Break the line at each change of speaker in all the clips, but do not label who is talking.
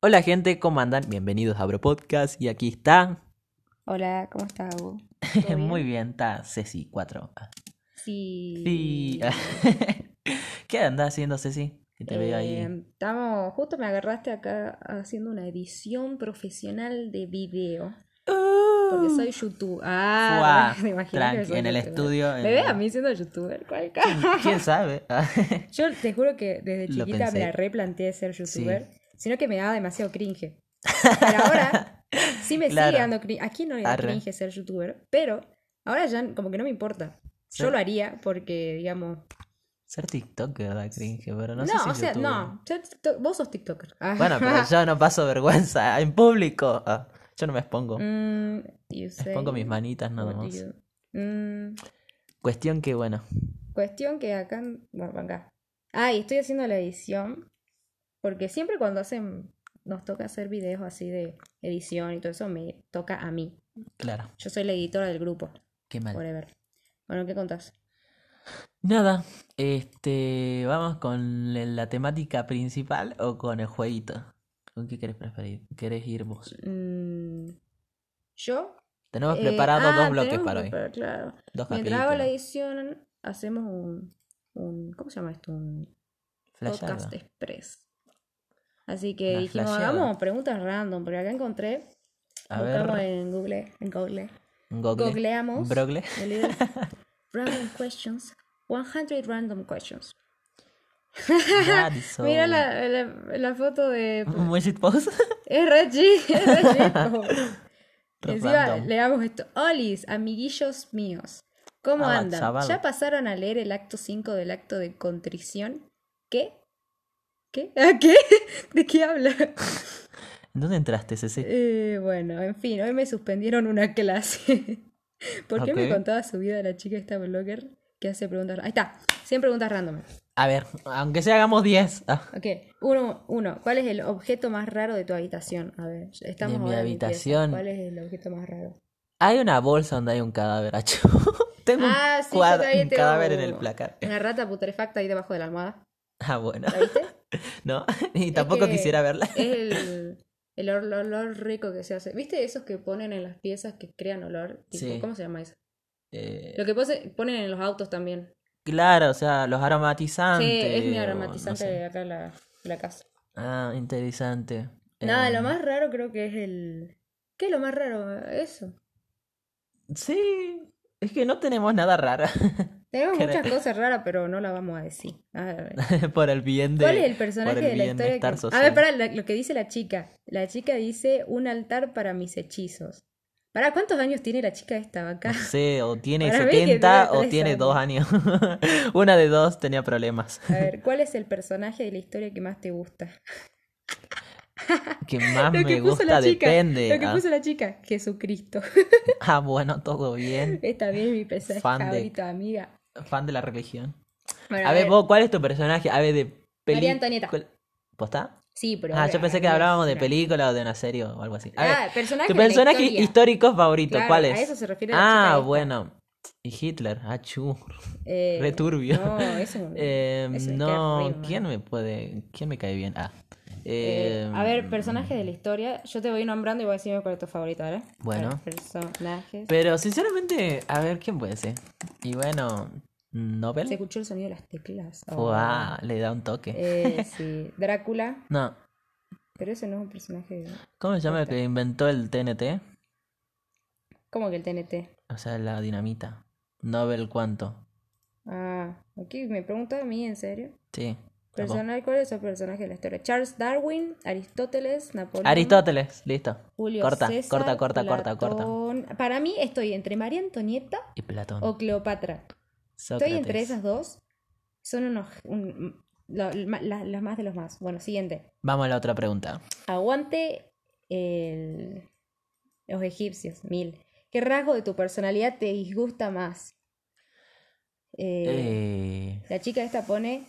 Hola gente, ¿cómo andan? Bienvenidos a Abro Podcast y aquí está
Hola, ¿cómo estás, Abu?
muy bien, está Ceci 4.
Sí.
Sí. ¿Qué andas haciendo Ceci? Que te veo ahí.
Eh, Estamos, justo me agarraste acá haciendo una edición profesional de video. Porque soy youtuber. Ah,
Fuá,
me imagino que
Uh. tranqui,
soy
en el
youtuber.
estudio.
¿Me
en-
ve a mí siendo youtuber? ¿Cuál ca-
¿Quién sabe?
Yo te juro que desde
Lo
chiquita me
pensé.
la replanteé ser
Sí.
youtuber, sino que me daba demasiado cringe. Pero ahora sí me
Claro.
sigue dando cringe. ¿A quién no le da
Arre.
cringe ser youtuber? Pero ahora ya como que no me importa. Yo
Sí.
lo haría porque, digamos,
Ser TikToker da cringe, pero no,
No,
sé si
o sea,
youtuber.
no. Yo- TikTok- vos sos TikToker. Ah.
Bueno, pero yo no paso vergüenza en público. Ah, yo no me expongo.
Mm, you say
Expongo mis manitas nada
what do
más.
you- Mm,
Cuestión que, bueno,
cuestión que acá. Bueno, acá. Ah, y estoy haciendo la edición. Porque siempre cuando hacen. Nos toca hacer videos así de edición y todo eso, me toca a mí.
claro,
Yo soy la editora del grupo,
qué mal.
forever. Bueno, ¿qué contás?
Nada, este, vamos con la- la temática principal o con el jueguito. ¿Con qué querés preferir? ¿Querés ir vos?
Mm, yo.
Tenemos
eh,
preparados
ah,
dos bloques
tenemos
para
que
hoy.
preparar, claro.
Dos
Mientras hago la
capítulos.
edición, hacemos un, un. ¿Cómo se llama esto? Un
Flashada.
podcast express. Así que
Una
dijimos,
flasheada.
hagamos preguntas random, porque acá encontré,
A
buscamos
ver,
en Google, en Google,
Google.
googleamos
Brogle.
the little random questions, 100 random questions.
Madison.
Mira la, la- la foto de...
¿Un shitpost?
Es re chi- es re chico.
Re
Encima
random.
leamos esto. Olis, amiguillos míos. ¿Cómo
Ah,
andan?
chaval.
¿Ya pasaron a leer el acto 5 del acto de contrición? ¿Qué? ¿Qué? ¿A qué? ¿De qué habla?
¿Dónde entraste, Ceci?
Eh, bueno, en fin, hoy me suspendieron una clase. ¿Por qué
Ok.
me contaba su vida la chica esta blogger que hace preguntas? Ahí está, 100 preguntas random.
A ver, aunque sea hagamos 10. Ah,
Ok, uno, uno. ¿Cuál es el objeto más raro de tu habitación? A ver, estamos
De mi
ahora en limpieza.
habitación.
¿Cuál es el objeto más raro?
Hay una bolsa donde hay un cadáver, achu. Tengo un,
Ah, sí, yo
cuad-
todavía
un
tengo
cadáver en el placar.
Una rata putrefacta ahí debajo de la almohada.
Ah, bueno.
¿La viste?
No, y tampoco
que-
quisiera verla.
Es el, el olor, olor rico que se hace. ¿Viste esos que ponen en las piezas que crean olor? Tipo,
Sí.
¿Cómo se llama eso?
Eh,
Lo que pose- ponen en los autos también.
Claro, o sea, los aromatizantes.
Sí, es
o
mi
no
aromatizante
sé.
de acá la, la casa.
Ah, interesante.
Nada,
Em,
lo más raro creo que es el. ¿Qué es lo más raro? Eso.
Sí, es que no tenemos nada raro.
Tenemos
Creo.
muchas cosas raras, pero no las vamos a decir. A ver, a ver.
Por el bien de.
¿Cuál es el
por
personaje
el
de la historia?
bienestar
que- A
social.
ver, pará, la- lo que dice la chica. La chica dice un altar para mis hechizos. ¿Para cuántos años tiene la chica esta acá?
No sé, o tiene
Para mí que
70
tiene
o
tres
tiene dos años. Una de dos tenía problemas.
A ver, ¿cuál es el personaje de la historia que más te gusta?
Que más
Lo
me
que puso la
gusta
chica.
depende.
Lo que
ah.
puso la chica, Jesucristo.
Ah, bueno, todo bien.
Esta bien es mi personaje
Fan de-
favorito, amiga.
Fan de la religión.
Bueno,
A ver, vos, ¿cuál es tu personaje? A ver, de
María Antonieta.
película- ¿Posta?
Sí, pero.
Ah, yo pensé que hablábamos de película
películas.
o de una serie o algo así. A ver,
Ah, personaje
Tu
de la
personaje
historia.
histórico favorito,
Claro,
¿cuál
a
es?
eso se refiere la chica
ah,
esta.
bueno. Y Hitler, ah, chu,
Eh,
re turbio.
No, eso no.
Eh,
eso me cae
no,
re mal.
¿quién me puede, quién me cae bien? Ah,
Eh,
eh,
a ver, personajes de la historia. Yo te voy nombrando y voy a decirme cuál es tu favorito, ¿vale?
Bueno.
A ver, Personajes.
Pero sinceramente, a ver, ¿quién puede ser? Y bueno,
Se
Nobel,
escuchó el sonido de las teclas. Oh.
Fuá, le da un toque.
Eh, sí. Drácula.
No,
Pero ese no es un personaje.
¿cómo se llama el que inventó el TNT?
¿Cómo que el TNT?
O sea, la dinamita. Nobel, ¿cuánto?
Ah, aquí me pregunta a mí, ¿en serio?
Sí. capó.
Personal, ¿cuál es el personaje de la historia? Charles Darwin, Aristóteles, Napoleón.
Aristóteles, listo.
Julio
corta,
César,
corta, corta, corta, corta.
Platón. Para mí estoy entre María Antonieta
Y Platón.
o Cleopatra.
Sócrates.
Estoy entre esas dos. Son unos. un- lo- ma- la- las más de los más. Bueno, siguiente.
Vamos a la otra pregunta.
Aguante el- los egipcios, mil. ¿Qué rasgo de tu personalidad te disgusta más? Eh,
Eh,
La chica esta pone.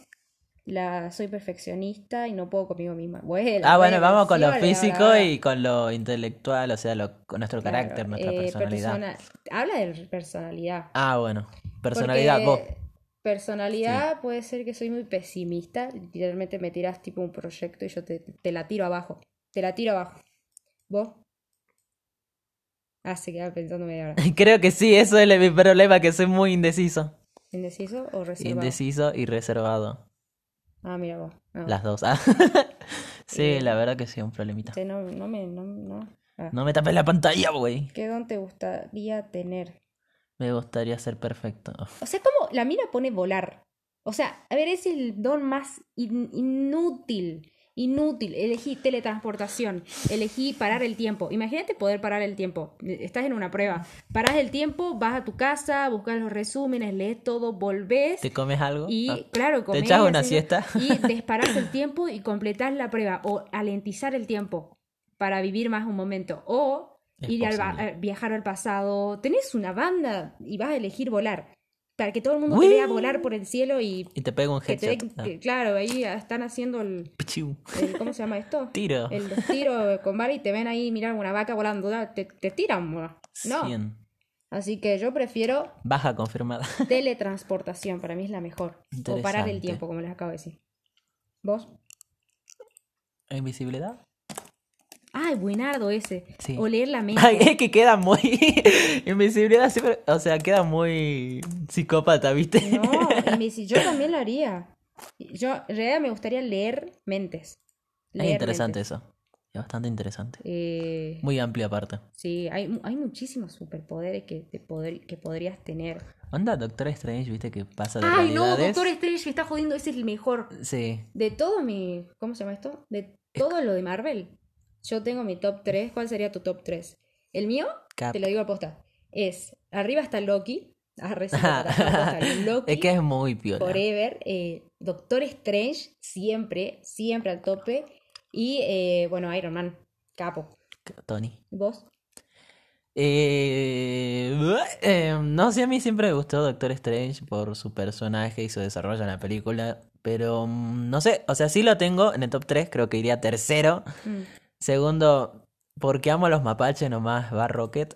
La soy perfeccionista y no puedo conmigo misma. Bueno,
Ah, bueno, vamos con lo
relaciones,
físico
ahora.
y con lo intelectual, o sea, lo- con nuestro
Claro,
carácter, nuestra
eh,
personalidad.
persona- Habla de personalidad.
Ah, bueno. Personalidad, vos.
Porque Personalidad puede ser que soy muy pesimista. Literalmente me tiras tipo un proyecto y yo te, te la tiro abajo. Te la tiro abajo. ¿Vos? Ah, se queda pensando media hora.
Creo que sí, eso es mi problema, que soy muy indeciso.
¿Indeciso o reservado?
Indeciso y reservado.
Ah, mira vos. Ah,
Las dos. ah. sí,
Eh,
la verdad que sí, un problemita.
usted no, no me... No, no. Ah.
No me tapes la pantalla, güey.
¿Qué don te gustaría tener?
Me gustaría ser perfecto.
O sea, como la mina pone volar. O sea, a ver, es el don más in- inútil. Inútil. Elegí teletransportación. Elegí parar el tiempo. Imagínate poder parar el tiempo. Estás en una prueba. Parás el tiempo, vas a tu casa, buscas los resúmenes, lees todo, volvés.
¿Te comes algo?
Y
Ah.
claro,
¿Te
comés
echas una
así,
siesta?
Y disparás el tiempo y completás la prueba. O alentizar el tiempo para vivir más un momento. O
Es
ir al ba-
posible.
a viajar al pasado. Tenés una banda y vas a elegir volar. Para que todo el mundo
Uy.
te vea volar por el cielo y
Y te pego un
que te
headshot.
den-
Ah.
que- claro, ahí están haciendo el,
Pichiu.
el- ¿cómo se llama esto?
Tiro.
El tiro con vara y te ven ahí mirar una vaca volando, da, te, te tiran. boludo. No.
100.
Así que yo prefiero
Baja confirmada.
teletransportación, para mí es la mejor. O parar
Interesante.
el tiempo, como les acabo de decir. ¿Vos?
¿Invisibilidad?
Ay, buenardo ese.
Sí.
O leer la mente.
Ay, es que queda muy. Invisibilidad siempre. O sea, queda muy. Psicópata, ¿viste?
No, y me dice, yo también lo haría. Yo, en realidad me gustaría leer mentes.
es
Leer
interesante
mentes.
eso. Es bastante interesante.
Eh,
Muy amplio aparte.
sí, hay, mu- hay muchísimos superpoderes que, te poder- que podrías tener.
Onda Doctor Strange, viste que pasa de
Ay, no,
realidades?
Doctor Strange me está jodiendo, ese es el mejor.
Sí.
De todo mi. ¿Cómo se llama esto? De todo lo de Marvel. Yo tengo mi top 3. ¿Cuál sería tu top 3? El mío,
Cap.
te lo digo a posta. Es. Arriba está Loki. Ah, re psicópata, arriba está Loki.
es que es muy piola.
Forever, eh, Doctor Strange, siempre, siempre al tope. Y eh, bueno, Iron Man, capo.
Tony.
¿Vos?
Eh, eh, no sé, a mí siempre me gustó Doctor Strange por su personaje y su desarrollo en la película. Pero mm, no sé, o sea, sí lo tengo en el top 3, creo que iría tercero.
Mm.
Segundo, porque amo a los mapaches nomás, va Rocket.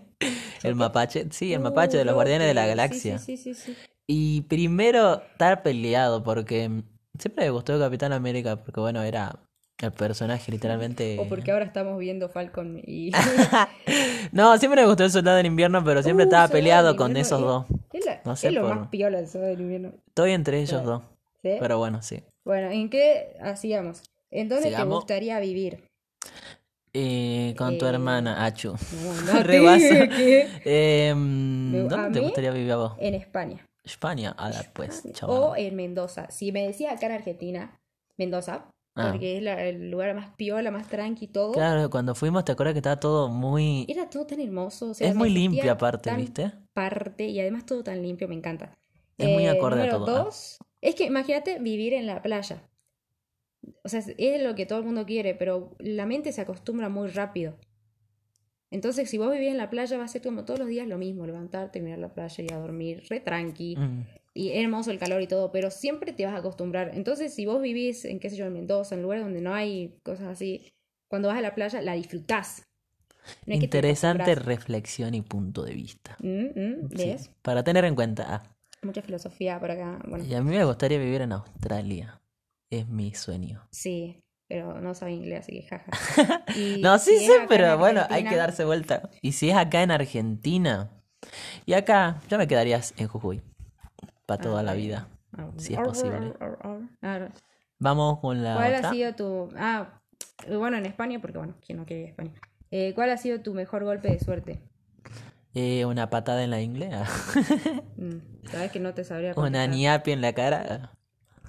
El mapache, sí, el mapache de los
Uh,
Guardianes de la
Loki, sí,
Galaxia.
Sí, sí, sí, sí.
Y primero, estar peleado, porque mm, siempre me gustó Capitán América, porque bueno, era el personaje literalmente.
O porque ahora estamos viendo Falcon y.
No, siempre me gustó el soldado del invierno, pero siempre
Uh,
estaba
Soldado del
peleado con
Invierno
esos
es-
dos.
Es, la-
No sé
es lo
por-
más piola el Soldado del Invierno.
Estoy entre ellos
Claro.
dos.
¿sí?
Pero bueno, sí.
Bueno, ¿en qué hacíamos? ¿En dónde te
Sigamos.
gustaría vivir?
Eh, con tu
Eh,
hermana, Achu.
No, no,
Re guaso.
¿qué?
Eh, mm,
Me- a
¿dónde te
mí-
gustaría vivir a vos?
En España. Ah,
España. A la pues,
O
chaval.
en Mendoza. Si me decía acá en Argentina, Mendoza,
Ah.
porque es la- el lugar más piola, más tranqui y todo.
Claro, cuando fuimos te acuerdas que estaba todo muy...
Era todo tan hermoso. o sea,
Es
me
muy
sentía
limpio aparte,
tan
¿viste?
parte y además todo tan limpio, me encanta.
Es muy
Eh,
acorde a
número
todo, ah.
dos, es que imagínate vivir en la playa. O sea, es lo que todo el mundo quiere, pero la mente se acostumbra muy rápido. Entonces, si vos vivís en la playa, va a ser como todos los días lo mismo, levantarte, mirar la playa, ir a dormir, re tranqui
Mm.
y es hermoso el calor y todo, pero siempre te vas a acostumbrar. Entonces, si vos vivís en, qué sé yo, en Mendoza, en lugares donde no hay cosas así, cuando vas a la playa, la disfrutás. No es que te
Interesante
acostumbras.
reflexión y punto de vista.
Mm, mm,
Sí,
¿Ves?
para tener en cuenta. ah.
Mucha filosofía por acá. Bueno,
Y a mí me gustaría vivir en Australia. Es mi sueño.
sí, pero no sabe inglés, así que jaja.
No, sí, sí, pero bueno, hay que darse vuelta. Y si es acá en Argentina. Y acá, yo me quedaría en Jujuy. Para toda la vida.
ah,
si es posible. Vamos con la
¿Cuál
otra.
ha sido tu. Ah, bueno, en España, porque bueno, ¿quién no quiere ir a España? Eh, ¿Cuál ha sido tu mejor golpe de suerte?
Eh, una patada en la ingle. ah.
Mm, La verdad es que no te sabría
Una
contestar.
niapi en la cara.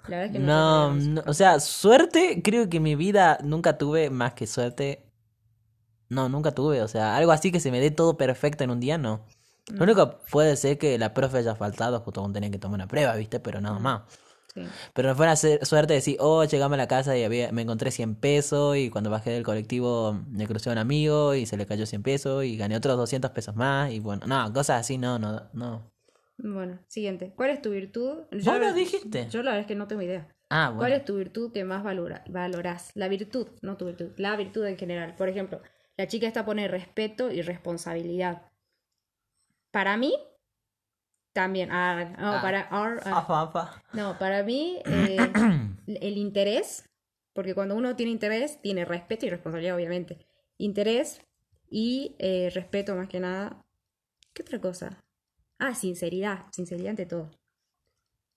La verdad es que no,
No, mm.
te sabría
no, o sea, suerte, creo que en mi vida nunca tuve más que suerte. No, nunca tuve, o sea, algo así que se me dé todo perfecto en un día, no.
Mm.
Lo único que puede ser que la profe haya faltado justo cuando tenía que tomar una prueba, ¿viste? Pero
Mm.
nada más.
responder.
Pero no fuera ser- suerte de decir, oh, llegamos a la casa y había, me encontré 100 pesos y cuando bajé del colectivo me crucé a un amigo y se le cayó 100 pesos y gané otros 200 pesos más y bueno, no, cosas así, no, no, no.
Sí. Bueno, siguiente. ¿Cuál es tu virtud?
¿Vos lo
la-
dijiste?
Yo la verdad es que no tengo idea.
Ah,
¿Cuál
bueno.
es tu virtud que más valora, valorás? La virtud, no tu virtud, la virtud en general. Por ejemplo, la chica esta pone respeto y responsabilidad. Para mí, también. ah, no,
Ah.
para, ah, ah.
Fa, fa, fa.
no, para mí, eh, el interés Porque cuando uno tiene interés, tiene respeto y responsabilidad, obviamente. Interés y eh, respeto más que nada. ¿Qué otra cosa? Ah, sinceridad. Sinceridad ante todo.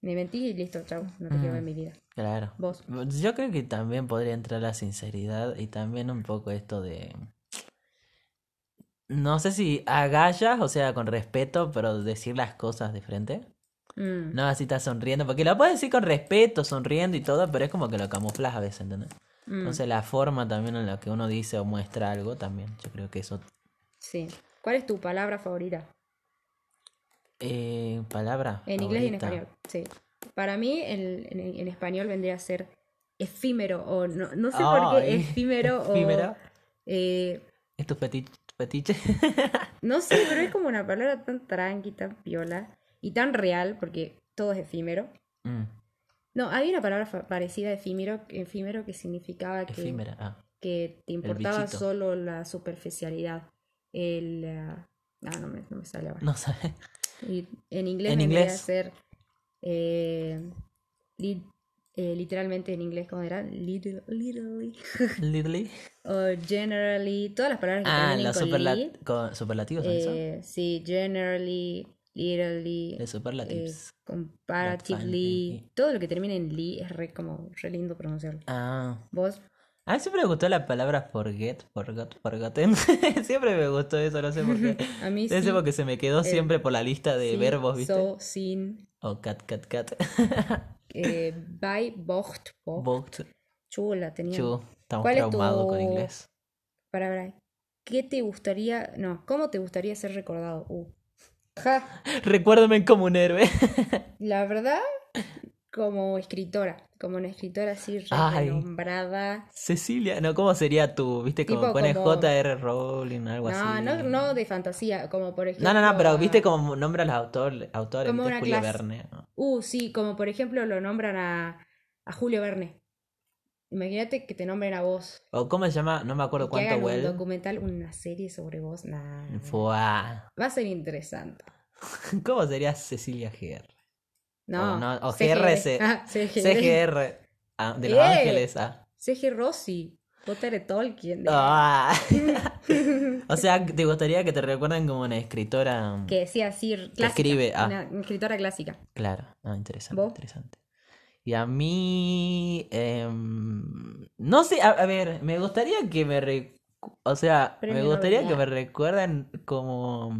Me mentí y listo, chao. No te quiero
Mm.
en mi vida.
Claro.
Vos.
Yo creo que también podría entrar la sinceridad y también un poco esto de... No sé si agallas, o sea, con respeto, pero decir las cosas de frente.
Mm.
No, así estás sonriendo, porque lo puedes decir con respeto, sonriendo y todo, pero es como que lo camuflas a veces, ¿entendés?
Mm.
Entonces la forma también en la que uno dice o muestra algo también, yo creo que eso...
Sí. ¿Cuál es tu palabra favorita?
Eh, palabra.
En inglés y en
favorita.
español, sí. Para mí, el- en, en español vendría a ser efímero o no, no sé por qué
Ay,
efímero o.
efímero.
eh,
¿Es tu feti- fetiche?
no sé, pero es como una palabra tan tranqui, tan piola y tan real, porque todo es efímero.
Mm,
No, había una palabra fa- parecida a efímero, efímero que significaba que,
efímera. Ah,
que te importaba
bichito.
solo la superficialidad. El, ah, ah, no me, no me sale ahora.
no sabes.
Y en inglés
En
vendría
inglés.
a ser eh, li- eh, literalmente en inglés, ¿cómo era? Little- Literally.
Lidley.
O generally. Todas las palabras que
Ah,
terminen
los
con
superla-
li,
con superlativos son eso.
eh, sí, generally, literally,
Los superlatives.
eh, comparatively.
That's fine.
Todo lo que termina en li es re, como re lindo pronunciarlo.
Ah.
¿Vos?
A mí siempre me gustó la palabra forget, forgot, forgotten. siempre me gustó eso, no sé por qué.
A mí
Debe
sí. Eh,
ser porque se me quedó siempre por la lista de
sí,
verbos, ¿viste?
So, sin,
O cat, cat, cat.
eh, by, bocht, bocht.
Booked,
Chula, tenía.
chu. Estamos
Oh, ¿Cuál es
traumados con
tu-
inglés.
Para ver, ¿qué te gustaría? No, ¿cómo te gustaría ser recordado? Uh. Ja,
Recuérdame como un héroe.
la verdad, como escritora, como una escritora así re
Ay.
renombrada.
Cecilia, no, ¿cómo sería tú? ¿Viste, como
Tipo
pone
como-
J.R. Rowling, algo
No,
así.
no, no de fantasía, como por ejemplo.
No, no, no, pero viste
como.
como nombra a los autor- autores,
Como
viste
una
Julio
clase.
Verne. ¿no?
Uh, sí, como por ejemplo lo nombran a, a Julio Verne. Imagínate que te nombren a vos.
O cómo se llama, no me
y
acuerdo
que hagan
cuánto
un
Well.
documental, una serie sobre vos. Nah.
Fuá.
Va a ser interesante.
¿Cómo sería Cecilia GR?
No.
O, Oh, no, o
CGR.
GRC.
Ah, CGR.
CGR. Ah, de Los
¡Eh!
Ángeles. Ah.
C.G. Rossi, Potter de Tolkien,
Ah. o sea, ¿te gustaría que te recuerden como una escritora?
que decía así, clásica,
escribe, ah.
una escritora clásica.
Claro, ah, interesante,
¿Vos?
interesante. Y a mí, em, no sé, a, a ver, me gustaría que me, recu- o sea, me
Premio
gustaría que
Nobel.
me recuerden como,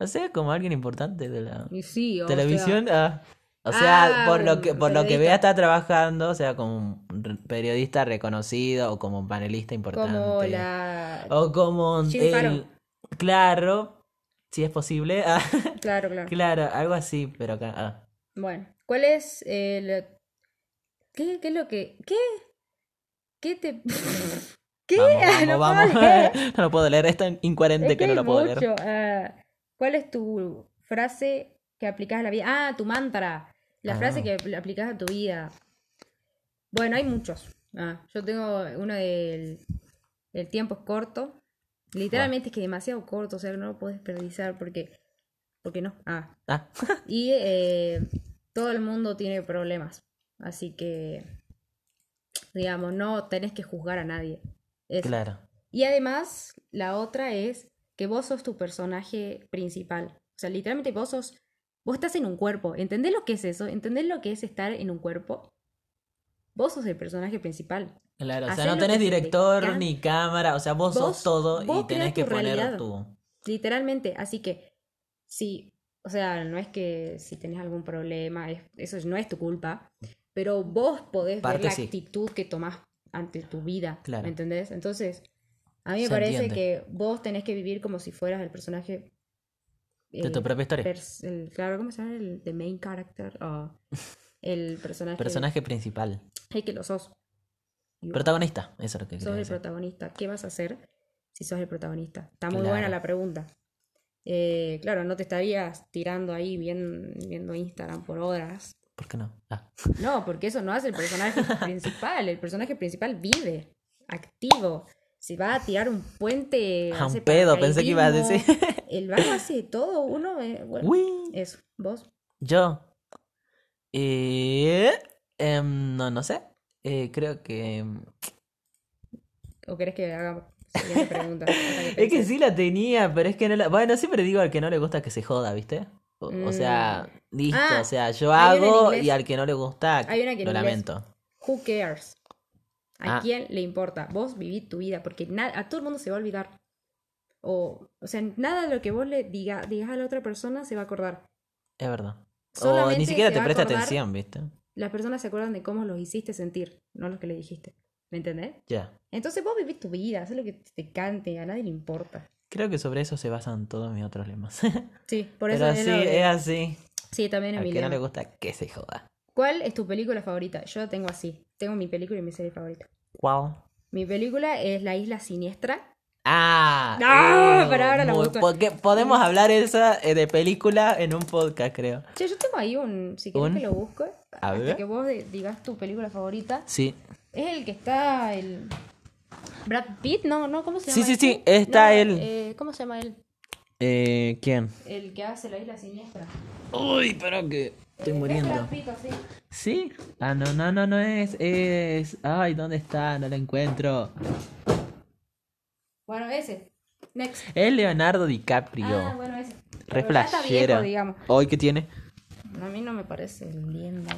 no sé, como alguien importante de la
Y sí, o
televisión. ah. O
Ah,
sea, por lo
un
que, por lo que vea
periodista.
está trabajando, o sea, como un re- periodista reconocido o como un panelista
sea, como
importante.
la...
O como
Jim
el-
Fallon.
claro, si es posible. ah,
Claro, claro.
claro, algo así, pero acá. ah.
Bueno, ¿cuál es el... ¿Qué, qué es lo que... ¿Qué? ¿Qué te... ¿Qué? Ah,
Vamos,
No
vamos,
puedo leer.
vamos. no lo puedo leer, es tan incoherente
Es
que
que
no
hay
lo puedo leer.
mucho. Ah, ¿cuál es tu frase que aplicas a la vida? Ah, tu mantra.
Ah.
La frase que apl- aplicas a tu vida. Bueno, hay muchos. Ah, yo tengo uno del el tiempo es corto. Literalmente es que demasiado corto, o sea, no lo puedes desperdiciar porque porque no. Ah,
Ah,
y eh, todo el mundo tiene problemas, así que digamos, no tenés que juzgar a nadie. Es,
claro.
y además, la otra es que vos sos tu personaje principal. O sea, literalmente vos sos. Vos estás en un cuerpo. ¿Entendés lo que es eso? ¿Entendés lo que es estar en un cuerpo? Vos sos el personaje principal.
Claro, o
Hacé
sea, no
lo
tenés
que se te
director
can-
ni cámara, o sea, vos sos
Vos-
todo y
vos
tenés
creás
que
tu
poner
realidad.
tu...
Literalmente. Así que, sí. O sea, no es que si tenés algún problema, es- eso no es tu culpa. Pero vos podés
Parte
ver la
sí.
actitud que tomás ante tu vida.
Claro.
¿Me entendés? Entonces, a mí me
Se
parece
entiende.
que vos tenés que vivir como si fueras el personaje.
de tu
eh,
propia historia.
pers- el- claro, ¿cómo se llama? El the main character. o el personaje.
Personaje principal.
Ay, que lo sos. You
Protagonista, eso es lo que
are-
quería
sos el
decir.
protagonista. ¿Qué vas a hacer si sos el protagonista? Está muy
Claro.
buena la pregunta. Eh, claro, no te estarías tirando ahí bien, viendo Instagram por horas.
¿Por qué no? Ah,
No, porque eso no hace el personaje principal. El personaje principal vive, activo. Si va a tirar un puente.
Ah, un
hace
pedo, pensé que ibas a decir.
paracaidismo. El vago hace todo. Uno. eh, bueno,
uy,
eso. Vos.
yo. Eh, em, no, no sé. Eh, creo que.
¿O querés que haga siguiente pregunta?
Es que sí la tenía, pero es que no la. Bueno, siempre digo al que no le gusta que se joda, ¿viste? O, o sea, listo,
Ah,
o sea, yo
hay una en
hago y
inglés.
al que no le gusta,
Hay una que en
lo
inglés.
lamento.
Who cares? ¿A
Ah.
quién le importa? Vos viví tu vida, porque na- a todo el mundo se va a olvidar. O, o sea, nada de lo que vos le diga, digas a la otra persona se va a acordar.
Es verdad. o
Solamente
ni siquiera
se
te
va a
presta
acordar-
atención, ¿viste?
Las personas se acuerdan de cómo los hiciste sentir, no los que le dijiste. ¿Me entendés?
Ya.
Entonces vos vivís tu vida, haz lo que te cante, a nadie le importa.
Creo que sobre eso se basan todos mis otros lemas.
Sí, por eso
pero
es
sí,
lo que-
es así.
Sí, también es
Al
mi
que no
lema.
le gusta, que se joda.
¿Cuál es tu película favorita? Yo la tengo así. Tengo mi película y mi serie favorita.
¿Cuál?
Mi película es La Isla Siniestra.
Ah,
No, Mm.
eh,
pero ahora la
muy-
busco.
porque podemos hablar esa eh, de película en un podcast, creo.
Che, yo tengo ahí un. Si querés
Un-
que lo busque.
A
hasta
ver.
que vos de- digas tu película favorita.
Sí.
Es el que está el. Brad Pitt, no, no, ¿cómo se
Sí,
llama?
sí,
este?
sí, está
No,
él.
eh, ¿Cómo se llama él?
Eh, ¿quién?
El que hace la isla siniestra. Eh,
Uy, pero que estoy
Es
muriendo.
Brad Pitt, así.
¿Sí? Ah, no, no, no, no es, es... Ay, ¿dónde está? No la encuentro.
Bueno, ese. Next.
Es Leonardo DiCaprio.
Ah, bueno, ese.
Re
Pero ya está viejo,
flashero.
digamos.
Hoy que tiene.
A mí no me parece bien. ¿no?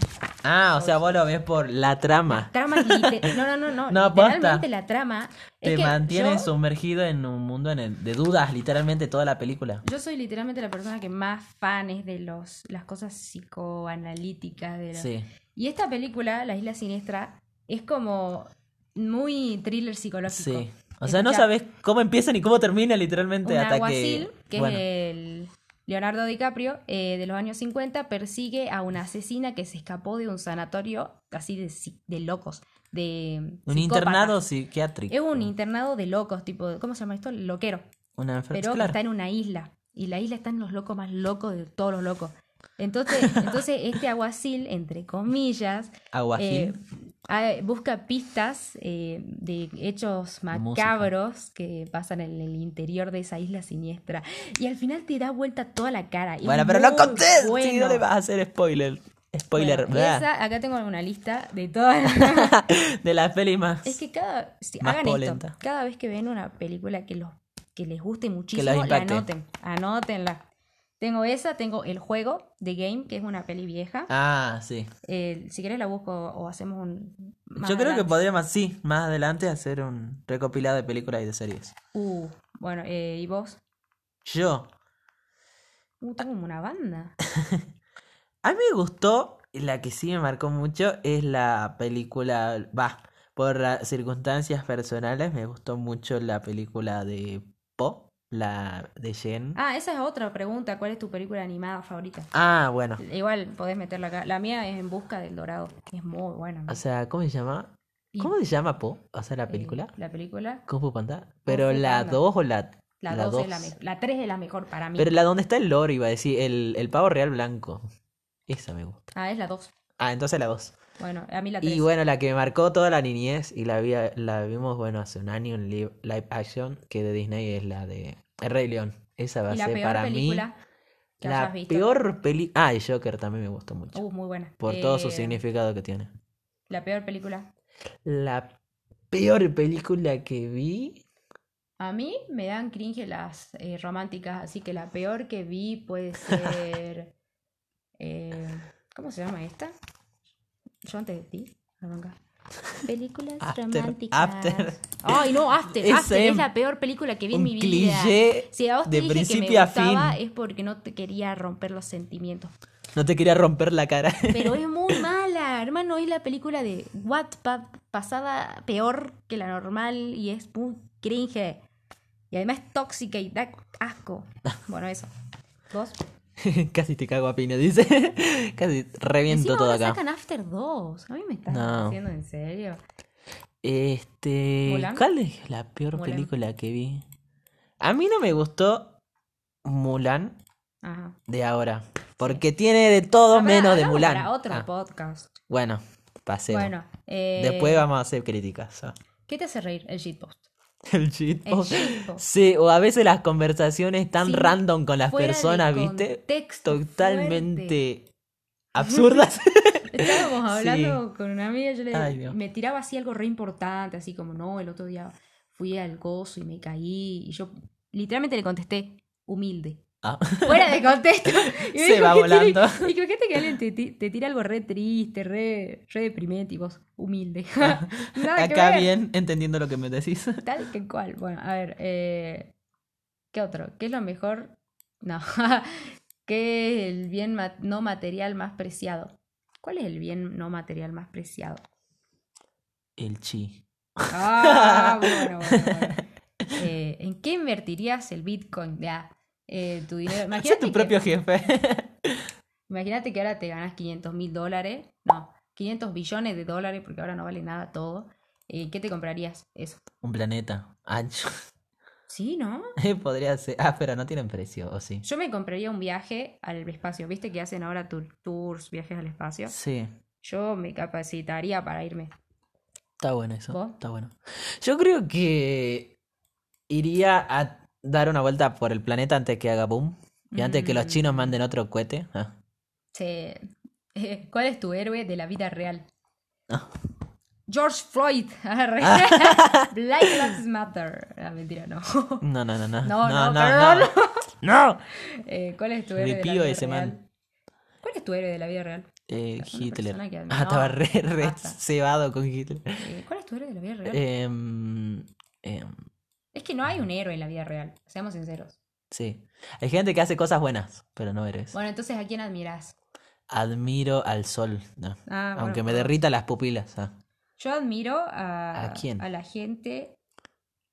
Ah, o sea, vos lo ves por la trama.
Trama lite- No, no, no, no.
Ah. No,
literalmente
posta.
la trama. es
Te
que
mantiene
yo-
sumergido en un mundo en el- de dudas, literalmente toda la película.
Yo soy literalmente la persona que más fan es de los, las cosas psicoanalíticas. De los-
Sí.
Y esta película, La Isla Siniestra, es como muy thriller psicológico.
Sí. O sea, no
Escuchá,
sabes cómo empieza ni cómo termina literalmente
Un
hasta
alguacil, que,
que... Bueno,
es el Leonardo DiCaprio, eh, de los años 50, persigue a una asesina que se escapó de un sanatorio así de, si- de locos. De
un
psicópatas.
internado psiquiátrico.
Es un internado de locos, tipo, ¿cómo se llama esto? Loquero.
Una enfer-
pero que
claro.
está en una isla. Y la isla están los locos más locos de todos los locos. Entonces, entonces este aguacil, entre comillas, eh,
Aguajil.
ah, busca pistas eh, de hechos macabros que pasan en el interior de esa isla siniestra. Y al final te da vuelta toda la cara. y
bueno, pero
muy
no contés. Si
bueno.
no le vas a hacer spoiler. Spoiler,
Bueno,
¿verdad?
esa- acá tengo una lista de todas las...
de las pelis más.
Es que cada. si-
Más
hagan
polenta.
esto. Cada vez que ven una película que, los, que les guste muchísimo,
los
la
impacte.
anoten. Anótenla. Tengo esa, tengo El Juego de Game, que es una peli vieja.
Ah, sí.
Eh, si querés la busco o hacemos un. más
Yo creo que
adelante.
podríamos, sí, más adelante hacer un recopilado de películas y de series.
Uh, bueno, eh, ¿y vos?
Yo,
Uh, tengo como una banda.
a mí me gustó, la que sí me marcó mucho es la película, va, por ah, circunstancias personales me gustó mucho la película de Po, la de Jen. Ah,
Ah, esa es otra pregunta. ¿Cuál es tu película animada favorita?
bueno,
Igual podés meterla acá. La mía es En Busca del Dorado. Es muy buena. ¿no?
o sea, ¿cómo se llama?
Y-
¿Cómo se llama Po? O sea, la
Eh,
película.
la película.
¿Cómo Panda. Pero
Fu
la
Panda.
2 o la
La
la
2 es la
dos.
mejor. La 3 es la mejor para mí.
Pero la donde está el loro, iba a decir, el, el pavo real blanco. Esa me gusta.
Ah, es la 2.
Ah, entonces la 2.
Bueno, a mí la 3.
Y bueno, la que me marcó toda la niñez y la, vi, la vimos, bueno, hace un año en li- live action, que de Disney es la de El Rey León. Esa va a
Y la
ser
peor
para
película
mí
que
la
hayas visto.
peor película. Ah, y Joker también me gustó mucho.
Uh, muy buena.
por todo su
Eh,
significado que tiene.
La peor película.
La peor película que vi.
A mí me dan cringe las eh, románticas, así que la peor que vi puede ser. eh, ¿Cómo se llama esta? Yo antes de ti. la bronca. Películas
After,
románticas.
After.
Ay, no, After.
Es
After es
em-
la peor película que vi en
un
mi vida.
cliché
si a vos te
de
dije que
principio
me
a
gustaba,
fin.
es porque no te quería romper los sentimientos.
No te quería romper la cara.
Pero es muy mala, hermano. Es la película de Wattpad pasada peor que la normal y es muy cringe. Y además es tóxica y da asco. Bueno, eso. ¿Vos?
Casi te cago a piña, dice. Casi reviento
Encima
todo
ahora
acá.
sacan After 2. A mí me estás
No.
haciendo en serio.
Este,
¿Mulan?
¿cuál es la peor
Mulan.
película que vi? A mí no me gustó Mulan
Ajá.
de ahora, porque tiene de todo
Ah, pará,
menos de
hagamos
Mulan.
Para otro
Ah,
podcast.
bueno, pasemos.
Bueno, eh,
Después vamos a hacer críticas. ah.
¿Qué te hace reír? El shitpost.
El shitpost.
El shitpost.
Sí, o a veces las conversaciones tan
Sí,
random con las
fuera de
personas, ¿viste?
contexto,
Totalmente absurdas.
Estábamos hablando con una amiga, yo le
Ay, Dios.
me tiraba así algo re importante, así como, no, el otro día fui al gozo y me caí. Y yo literalmente le contesté, humilde.
Ah.
Fuera de contexto. Y me
Se va
"¿Qué
volando".
tiene-?" Y digo, ¿qué te que alguien te, ti- te tira algo re triste, re, re deprimente y vos, humilde? Nada que
Ah. Acá
ver.
bien, entendiendo lo que me decís.
Tal que cual. Bueno, a ver, eh, ¿qué otro? ¿Qué es lo mejor? No. ¿Qué es el bien ma- no material más preciado? ¿Cuál es el bien no material más preciado?
El chi.
Ah, bueno, bueno, bueno. Eh, ¿En qué invertirías el Bitcoin? Ya, eh, tu dinero.
Sé
Imagínate
tu
que-
propio jefe.
Imagínate que ahora te ganas 500 mil dólares, no, 500 billones de dólares, porque ahora no vale nada todo. Eh, ¿Qué te comprarías? Eso.
Un planeta ancho.
Sí, ¿no?
Podría ser. Ah, pero no tienen precio, ¿o sí?
Yo me compraría un viaje al espacio. ¿Viste que hacen ahora tour- tours, viajes al espacio?
Sí.
Yo me capacitaría para irme.
Está bueno eso.
¿Vos?
Está bueno. Yo creo que iría a dar una vuelta por el planeta antes que haga boom. Y antes que los chinos
Mm.
manden otro cohete. Ah.
Che, eh, ¿Cuál es tu héroe de la vida real?
Ah.
George Floyd. Arre. Black Lives Matter. Ah, mentira, no.
No, no, no, no.
No, no,
no.
perdón.
No. No.
Eh, ¿Cuál es tu héroe de la
Repío
vida
ese
real?
man.
¿Cuál es tu héroe de la vida real?
Eh,
Es una
Hitler.
persona que admi-
Ah, estaba
no,
re, re
basta.
cebado con Hitler.
Eh, ¿Cuál es tu héroe de la vida real?
Em, em,
Es que no hay un héroe en la vida real, seamos sinceros.
sí. Hay gente que hace cosas buenas, pero no eres.
Bueno, entonces, ¿a quién admirás?
Admiro al sol. no.
Ah, bueno,
Aunque me
perdón.
derrita las pupilas. ah.
Yo admiro a,
¿A quién?
la gente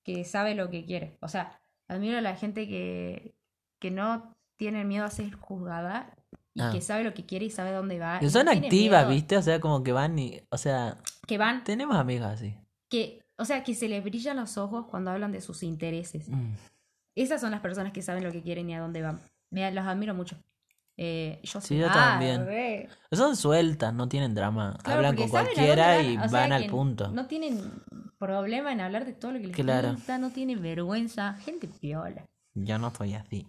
que sabe lo que quiere. O sea, admiro a la gente que, que no tiene miedo a ser juzgada y
Ah.
que sabe lo que quiere y sabe dónde va.
Que
y
son
no tiene
activas,
miedo.
¿viste? O sea, como que van y. O sea,
Que van,
tenemos amigas así.
que, o sea, que se les brillan los ojos cuando hablan de sus intereses.
Mm.
Esas son las personas que saben lo que quieren y a dónde van. Me, los admiro mucho. Eh, yo
Sí,
sé-
yo
Ah,
también.
re.
Son sueltas, no tienen drama.
Claro,
Hablan
porque
con
saben a
cualquiera
dónde
y
o sea,
van al
que
punto.
No tienen problema en hablar de todo lo que les
Claro.
gusta, no tienen vergüenza, gente piola.
Yo no soy así.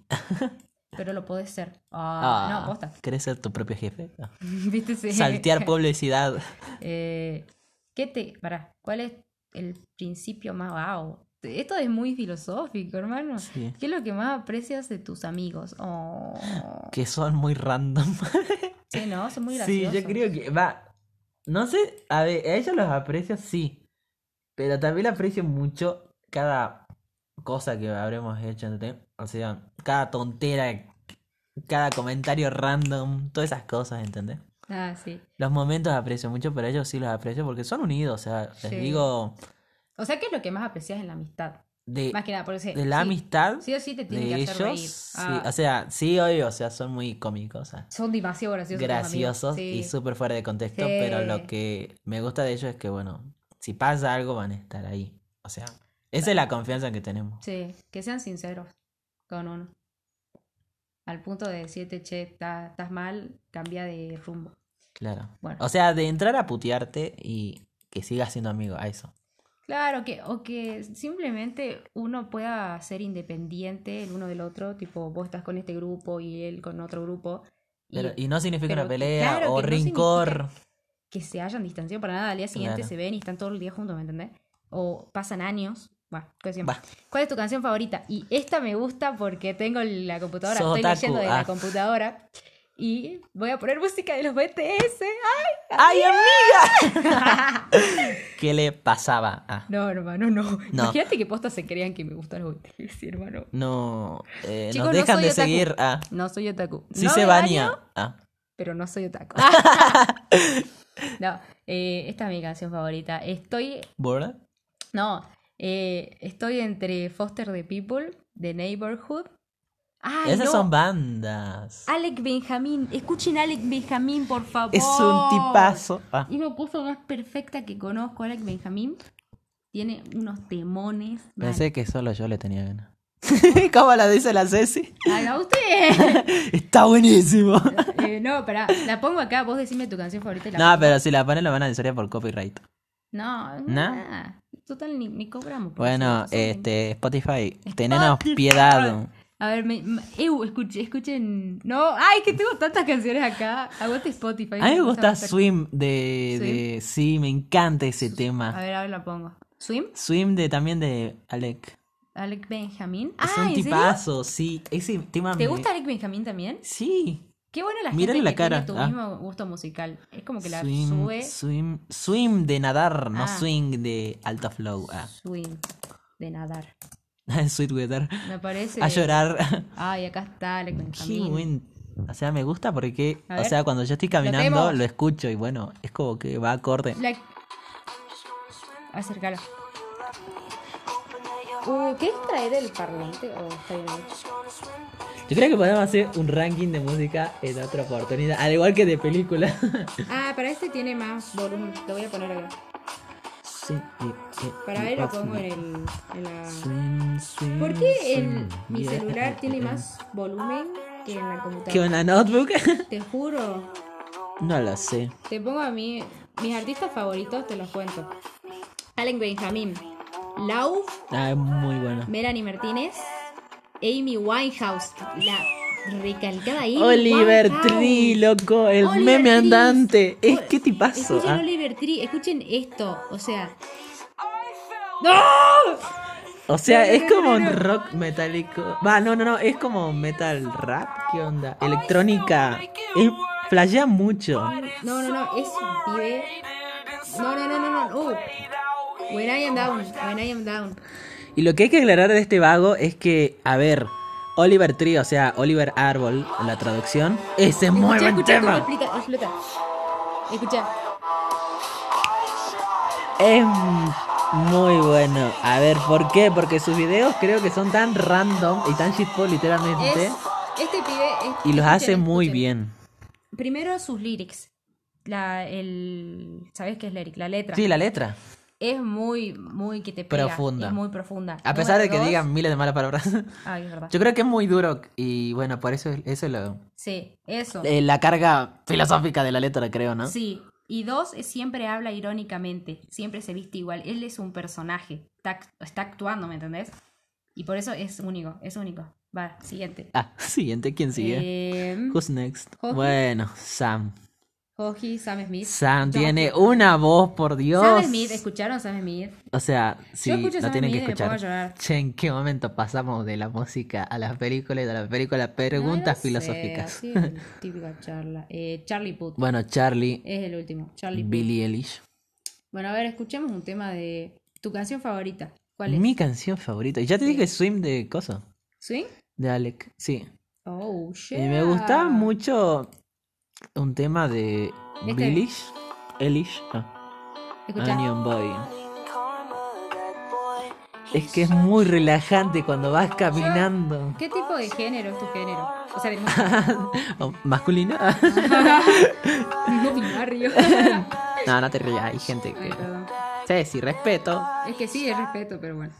Pero lo podés ser. Ah,
Ah,
no, posta.
¿Querés ser tu propio jefe? Ah.
¿Viste? Sí.
Saltear publicidad.
Eh, ¿Qué te. Pará, ¿cuál es el principio más wow? Esto es muy filosófico, hermano.
Sí.
¿Qué es lo que más aprecias de tus amigos? Oh.
Que son muy random.
Sí, no, son muy
sí,
graciosos.
yo creo que. Va. No sé, a ver, a ellos los aprecio, sí. Pero también aprecio mucho cada cosa que habremos hecho. ¿entendés? O sea, cada tontera, cada comentario random, todas esas cosas, ¿entendés?
Ah, sí.
Los momentos aprecio mucho, pero a ellos sí los aprecio porque son unidos. O sea, les
Sí.
digo,
O sea, ¿qué es lo que más aprecias en la amistad?
de,
Más que nada, por eso.
Eh, de la amistad
Sí o sí te tienen
de
que
ellos,
hacer reír.
sí,
Ah,
o sea, sí, obvio, o sea, son muy cómicos. o sea,
son demasiado graciosos. tus amigos.
graciosos
Sí.
y súper fuera de contexto, pero
Sí.
lo que me gusta de ellos es que, bueno, si pasa algo van a estar ahí. O sea, esa es la confianza que tenemos.
Sí, que sean sinceros con uno. Al punto de decirte, che, está- estás mal, cambia de rumbo.
Claro.
Bueno.
O sea, de entrar a putearte y que sigas siendo amigo, a eso.
Claro, que, o que simplemente uno pueda ser independiente el uno del otro, tipo vos estás con este grupo y él con otro grupo, y
Pero- y no significa
pero
una
que-
pelea
claro,
o
que no significa-
rincor.
que se hayan distanciado para nada, al día siguiente
Claro.
se ven y están todo el día juntos, ¿me entendés? O pasan años. Bueno, cuestión.
Va.
¿Cuál es tu canción favorita? Y esta me gusta porque tengo la computadora,
Sos
estoy
otaku,
leyendo de la
ah.
computadora. Y voy a poner música de los BTS.
¡Ay, amiga! ¿Qué le pasaba? Ah,
No, hermano, no.
No.
Imagínate que postas se creían que me gustan los BTS, hermano.
no, eh,
Chicos, no
nos dejan
soy
de
otaku.
seguir. Ah,
No soy otaku.
sí
no
se
me
baña.
baño,
Ah,
pero no soy otaku. no, eh, esta es mi canción favorita. Estoy.
¿verdad?
No, eh, estoy entre Foster the People, The Neighborhood. Ay,
Esas
no.
son bandas.
Alec Benjamín. Escuchen a Alec Benjamín, por favor.
Es un tipazo. Ah.
Es la cosa más perfecta que conozco, Alec Benjamín. Tiene unos demones. man.
Pensé que solo yo le tenía ganas. ¿Cómo la dice la Ceci?
Ay, a Ah, usted.
Está buenísimo.
Eh, no, pará. La pongo acá. Vos decime tu canción favorita. y la
No,
pongo.
pero si la ponen la van a censurar por copyright.
No, nada. Total, ni, ni cobramos. por
Bueno,
eso. Son-
este, Spotify, tenenos piedad.
A ver, me, me- eu, escuchen, escuchen. No, ay, que tengo tantas canciones acá. Aguante Spotify.
A mí me gusta
más-
Swim de, de- Sí, me encanta ese
A
tema.
ver, ahora la pongo. ¿Swim?
Swim de también de Alec.
Alec Benjamin.
Es
Ah,
un
¿en serio?
tipazo, sí. Ese tema
¿Te
me-
gusta Alec Benjamin también?
Sí.
Qué bueno la
Mírale
gente
la
que
cara,
tiene tu
ah.
mismo gusto musical. Es como que la
swim,
sube.
swim, swim de nadar, no
Ah.
swing de alto flow. Ah.
Swim. De nadar.
Sweet weather.
Me parece.
A llorar.
Ay, acá está Alec
Qué
Benjamin.
buen. O sea, me gusta porque,
A
o
ver.
sea, cuando yo estoy caminando
tenemos.
lo escucho y bueno, es como que va acorde.
La... Acércalo. Uh, ¿Querés traer el parlante? Oh, está bien.
Yo creo que podemos hacer un ranking de música en otra oportunidad, al igual que de película.
Ah, para este tiene más volumen. Lo voy a poner acá.
Sí, eh, y- y-
Para
y
ver lo
off,
pongo
no.
en, el, en la...
Swim, swim,
¿Por qué
swim,
el, mi
yeah.
celular
eh.
tiene más volumen que en la
¿Que
computadora?
una notebook?
Te juro.
no lo sé.
Te pongo a mí... Mis artistas favoritos te los cuento. Allen Benjamin. Lau.
Ah, es muy bueno.
Melanie Martínez. Amy Winehouse. La recalcada Amy
Oliver
Winehouse.
Tree, loco, el
Oliver
meme
Tree.
andante. Es
Ol-
que tipazo.
Escuchen
ah.
Oliver Tree, escuchen esto, o sea. ¡No!
O sea,
No, no,
es
no,
como
no,
un
no.
rock metálico. Va, no, no, no, es como metal rap. ¿Qué onda? Electrónica. Es, flashea mucho.
No, no, no, es un pibe. No, no, no, no, no. Uh. When I am down, when I am down.
Y lo que hay que aclarar de este vago es que, a ver, Oliver Tree, o sea, Oliver Árbol, la traducción, ese es muy
Escuchá,
buen
escuchá cómo
tema.
explica, explota. Escucha.
Es muy bueno. A ver, ¿por qué? Porque sus videos creo que son tan random y tan shitful literalmente.
Es, este pibe es-
Y los
escuchen,
hace muy
escuchen.
bien.
Primero sus lyrics. La, el, ¿Sabes qué es lyric? La letra.
Sí, la letra.
Es muy, muy que te pega.
Profunda.
Es muy profunda.
A pesar de
Número
que
dos-
digan miles de malas palabras.
Ay, es verdad.
Yo creo que es muy duro y bueno, por eso eso es lo,
Sí, eso.
eh, la carga filosófica de la letra, creo, ¿no?
Sí, y dos, es- siempre habla irónicamente, siempre se viste igual, él es un personaje, está, act- está actuando, ¿me entendés? Y por eso es único, es único. Va, siguiente.
Ah, siguiente, ¿quién sigue?
Em,
Who's next?
Jorge.
Bueno, Sam.
Joji, Sam Smith.
Sam
John
tiene
Smith.
una voz, por Dios.
Sam Smith, ¿escucharon Sam Smith?
O sea, sí,
escucho
lo
Sam
tienen que
Smith y me pongo a
escuchar.
llorar.
Che, ¿en qué momento pasamos de la música a las películas y de las películas a preguntas
No sé,
filosóficas?
así es la típica charla. Eh, Charlie Puth
Bueno, Charlie,
es el último, Charlie Puth.
Billie Eilish.
Bueno, a ver, escuchemos un tema de tu canción favorita. ¿Cuál es?
Mi canción favorita. Y ya te dije Swim de Coso,
¿Swing?
de Alec. Sí.
Oh, shit.
Y me gustaba mucho un tema de
Este.
Billish. Elish. ah,
Escuchá.
Onion Boy. Es que es muy relajante cuando vas caminando.
¿Qué tipo de género es tu género? O sea, de música.
Oh, ¿Masculino?
no binario.
no, no te rías, hay gente
Ay,
que...
perdón.
Sí, sí, respeto.
Es que sí, es respeto, pero bueno.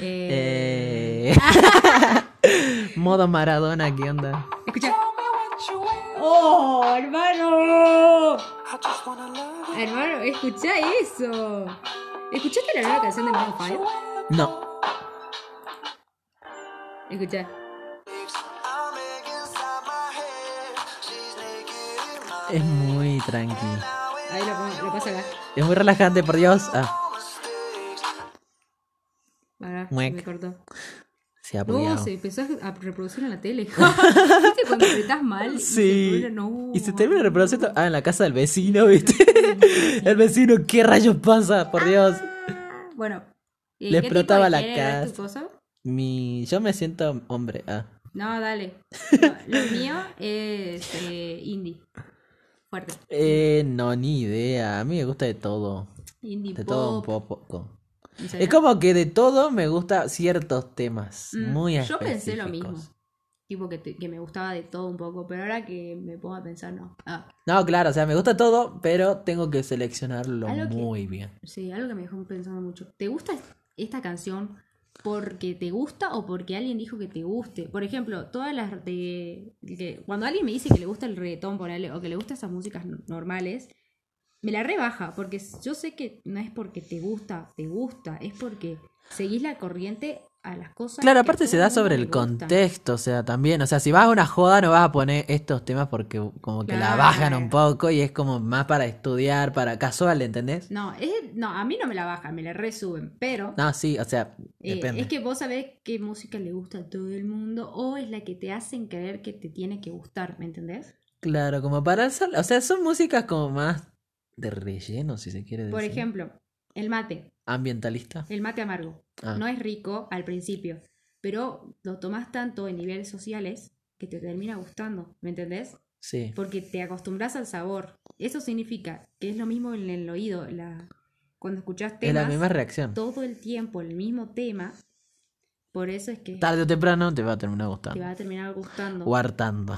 Eh,
Eh... Modo Maradona, ¿qué onda?
Escucha. ¡Oh, hermano! Hermano, escucha eso. ¿Escuchaste la nueva canción de Maroon 5?
No,
Escucha.
es muy tranqui.
Ahí lo, pon- lo pasa acá.
Es muy relajante, por Dios. Ah,
Pará, se
Muec.
me cortó.
se ha
No,
bugueado.
se empezó a reproducir en la tele. ¿Viste cuando estás mal? y se
Sí.
pone- no.
Y se termina reproduciendo. Ah, en la casa del vecino, ¿viste? El vecino, ¿qué rayos pasa?
Ah.
Por Dios.
Bueno. ¿y
Le
qué tipo de
explotaba la
género es tu cosa?
Mi. Yo me siento hombre. Ah.
No, dale. No, lo mío es eh, indie. Fuerte.
Eh, no, ni idea. A mí me gusta de todo.
Indie
De
pop.
todo un poco.
¿En serio?
Es como que de todo me gusta ciertos temas.
Mm,
Muy
Yo pensé lo mismo.
específicos.
Tipo que, te- que me gustaba de todo un poco, pero ahora que me pongo a pensar, no. Ah,
No, claro, o sea, me gusta todo, pero tengo que seleccionarlo
Algo que-
muy bien.
sí, algo que me dejó pensando mucho. ¿Te gusta esta canción porque te gusta o porque alguien dijo que te guste? Por ejemplo, todas las de... que- cuando alguien me dice que le gusta el reggaetón, ponele, o que le gustan esas músicas n- normales, me la rebaja, porque yo sé que no es porque te gusta, te gusta, es porque seguís la corriente a las cosas.
Claro,
que a
aparte se
todo
da
mundo
sobre
le
el
gustan.
contexto, o sea, también, o sea, si vas a una joda no vas a poner estos temas porque como que la bajan un
Claro.
poco y es como más para estudiar, para casual, ¿entendés?
No, es- no, a mí no me la bajan, me la resuben, pero
No, sí, o sea,
eh,
depende.
es que vos sabés qué música le gusta a todo el mundo o es la que te hacen creer que te tiene que gustar, ¿me entendés?
Claro, como para hacer, o sea, son músicas como más de relleno, si se quiere decir.
Por ejemplo, el mate,
Ambientalista.
el mate amargo.
Ah,
No es rico al principio, pero lo tomas tanto en niveles sociales que te termina gustando, ¿me entendés?
sí.
Porque te acostumbras al sabor. Eso significa que es lo mismo en el oído. La... Cuando escuchás
Es la
temas
misma reacción.
todo el tiempo el mismo tema, por eso es que
Tarde o temprano te va a terminar
te
gustando.
va a terminar gustando.
O hartando.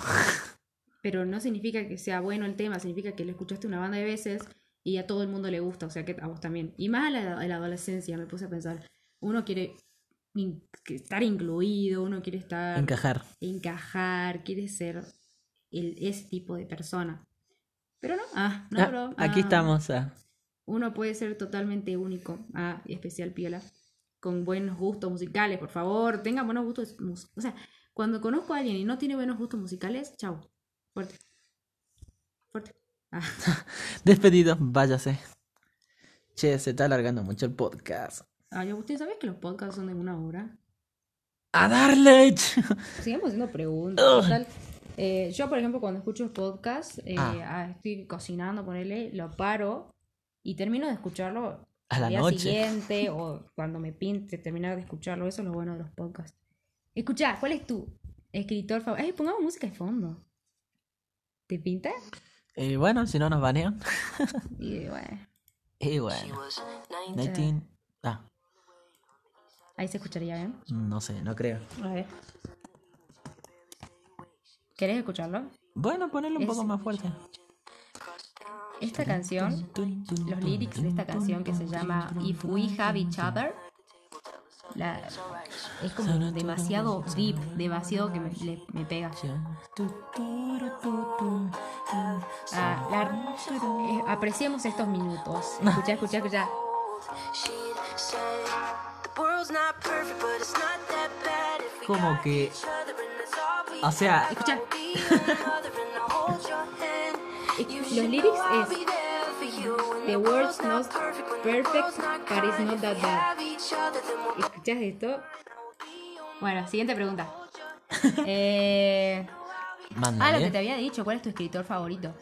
Pero no significa que sea bueno el tema, significa que lo escuchaste una banda de veces y a todo el mundo le gusta, o sea que a vos también. Y más a la, a la adolescencia, me puse a pensar. Uno quiere in- que estar incluido, uno quiere estar
Encajar.
encajar, quiere ser el, ese tipo de persona. Pero no, ah, no,
Ah,
bro,
aquí
ah.
estamos. ah.
Uno puede ser totalmente único, ah, especial piola, con buenos gustos musicales, por favor, tengan buenos gustos musicales. O sea, cuando conozco a alguien y no tiene buenos gustos musicales, chau. Fuerte. Fuerte. Ah,
Despedido, váyase. Che, se está alargando mucho el podcast.
ay, Agustín, ¿sabes que los podcasts son de una hora?
¡A darle!
Sigamos haciendo preguntas.
Ugh.
total. Eh, yo, por ejemplo, cuando escucho podcasts, eh,
Ah.
ah, estoy cocinando, ponele, lo paro y termino de escucharlo
A la
al día
noche.
siguiente o cuando me pinte terminar de escucharlo. Eso es lo bueno de los podcasts. Escuchá, ¿cuál es tu escritor favorito? Ay, pongamos música de fondo. ¿Te pinta?
Y Eh, bueno, si no nos banean.
Y bueno,
Y bueno. 19. Ah,
ahí se escucharía bien.
no sé, no creo.
A ver. ¿Querés escucharlo?
Bueno, ponerlo un
Es-
poco más fuerte.
Esta canción,
Tun, tun,
los
tun,
lyrics de
tun,
esta
tun,
canción que
tun,
se
tun,
llama
tun,
If
tun,
We
tun,
Have
tun,
Each
tun.
Other, la- es como demasiado deep, demasiado que me, le- me pega.
Tu, tu, ru, tu, tu.
Ah, la- eh, apreciemos estos minutos. Escucha, escucha, escucha.
She'd say the world's not perfect, but it's not that bad if we
Como
got
que-
each other and that's all we
O sea,
got.
escucha.
I'll be your lover and I'll hold your hand.
Es-
You
los
should
lyrics
know I'll
es,
be there for you when
The world's not
when the
perfect,
world's not
but it's
kind.
not
If
that
we
bad.
have each other, then we'll
¿Escuchas esto?
be your
Bueno, siguiente pregunta. Eh, ah, lo que te
Mándale.
había dicho, ¿cuál es tu escritor favorito?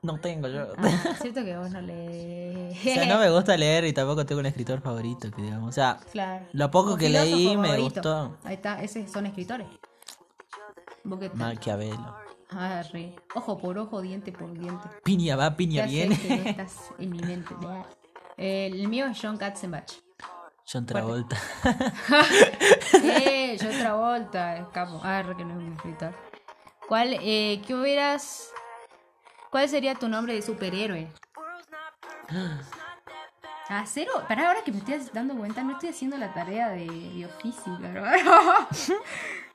No tengo yo.
Ah, es cierto que vos no lees.
O sea, no me gusta leer y tampoco tengo un escritor favorito, que digamos. O sea,
Claro.
Lo poco
O
que leí
filósofo
me gustó.
Ahí está, esos son escritores. Vos que-
Maquiavelo.
Ah, re. Ojo por ojo, diente por diente.
Piña va,
Ya
piña
sé que no
viene.
estás en mi mente. El mío es John Katzenbach.
John Travolta.
Eh, yo otra vuelta, escapo. Ah, re, que no es un escritor. ¿Cuál, eh, qué hubieras... ¿Cuál sería tu nombre de superhéroe? Ah, cero. Para ahora que me estoy dando cuenta, no estoy haciendo la tarea de biofísica, hermano.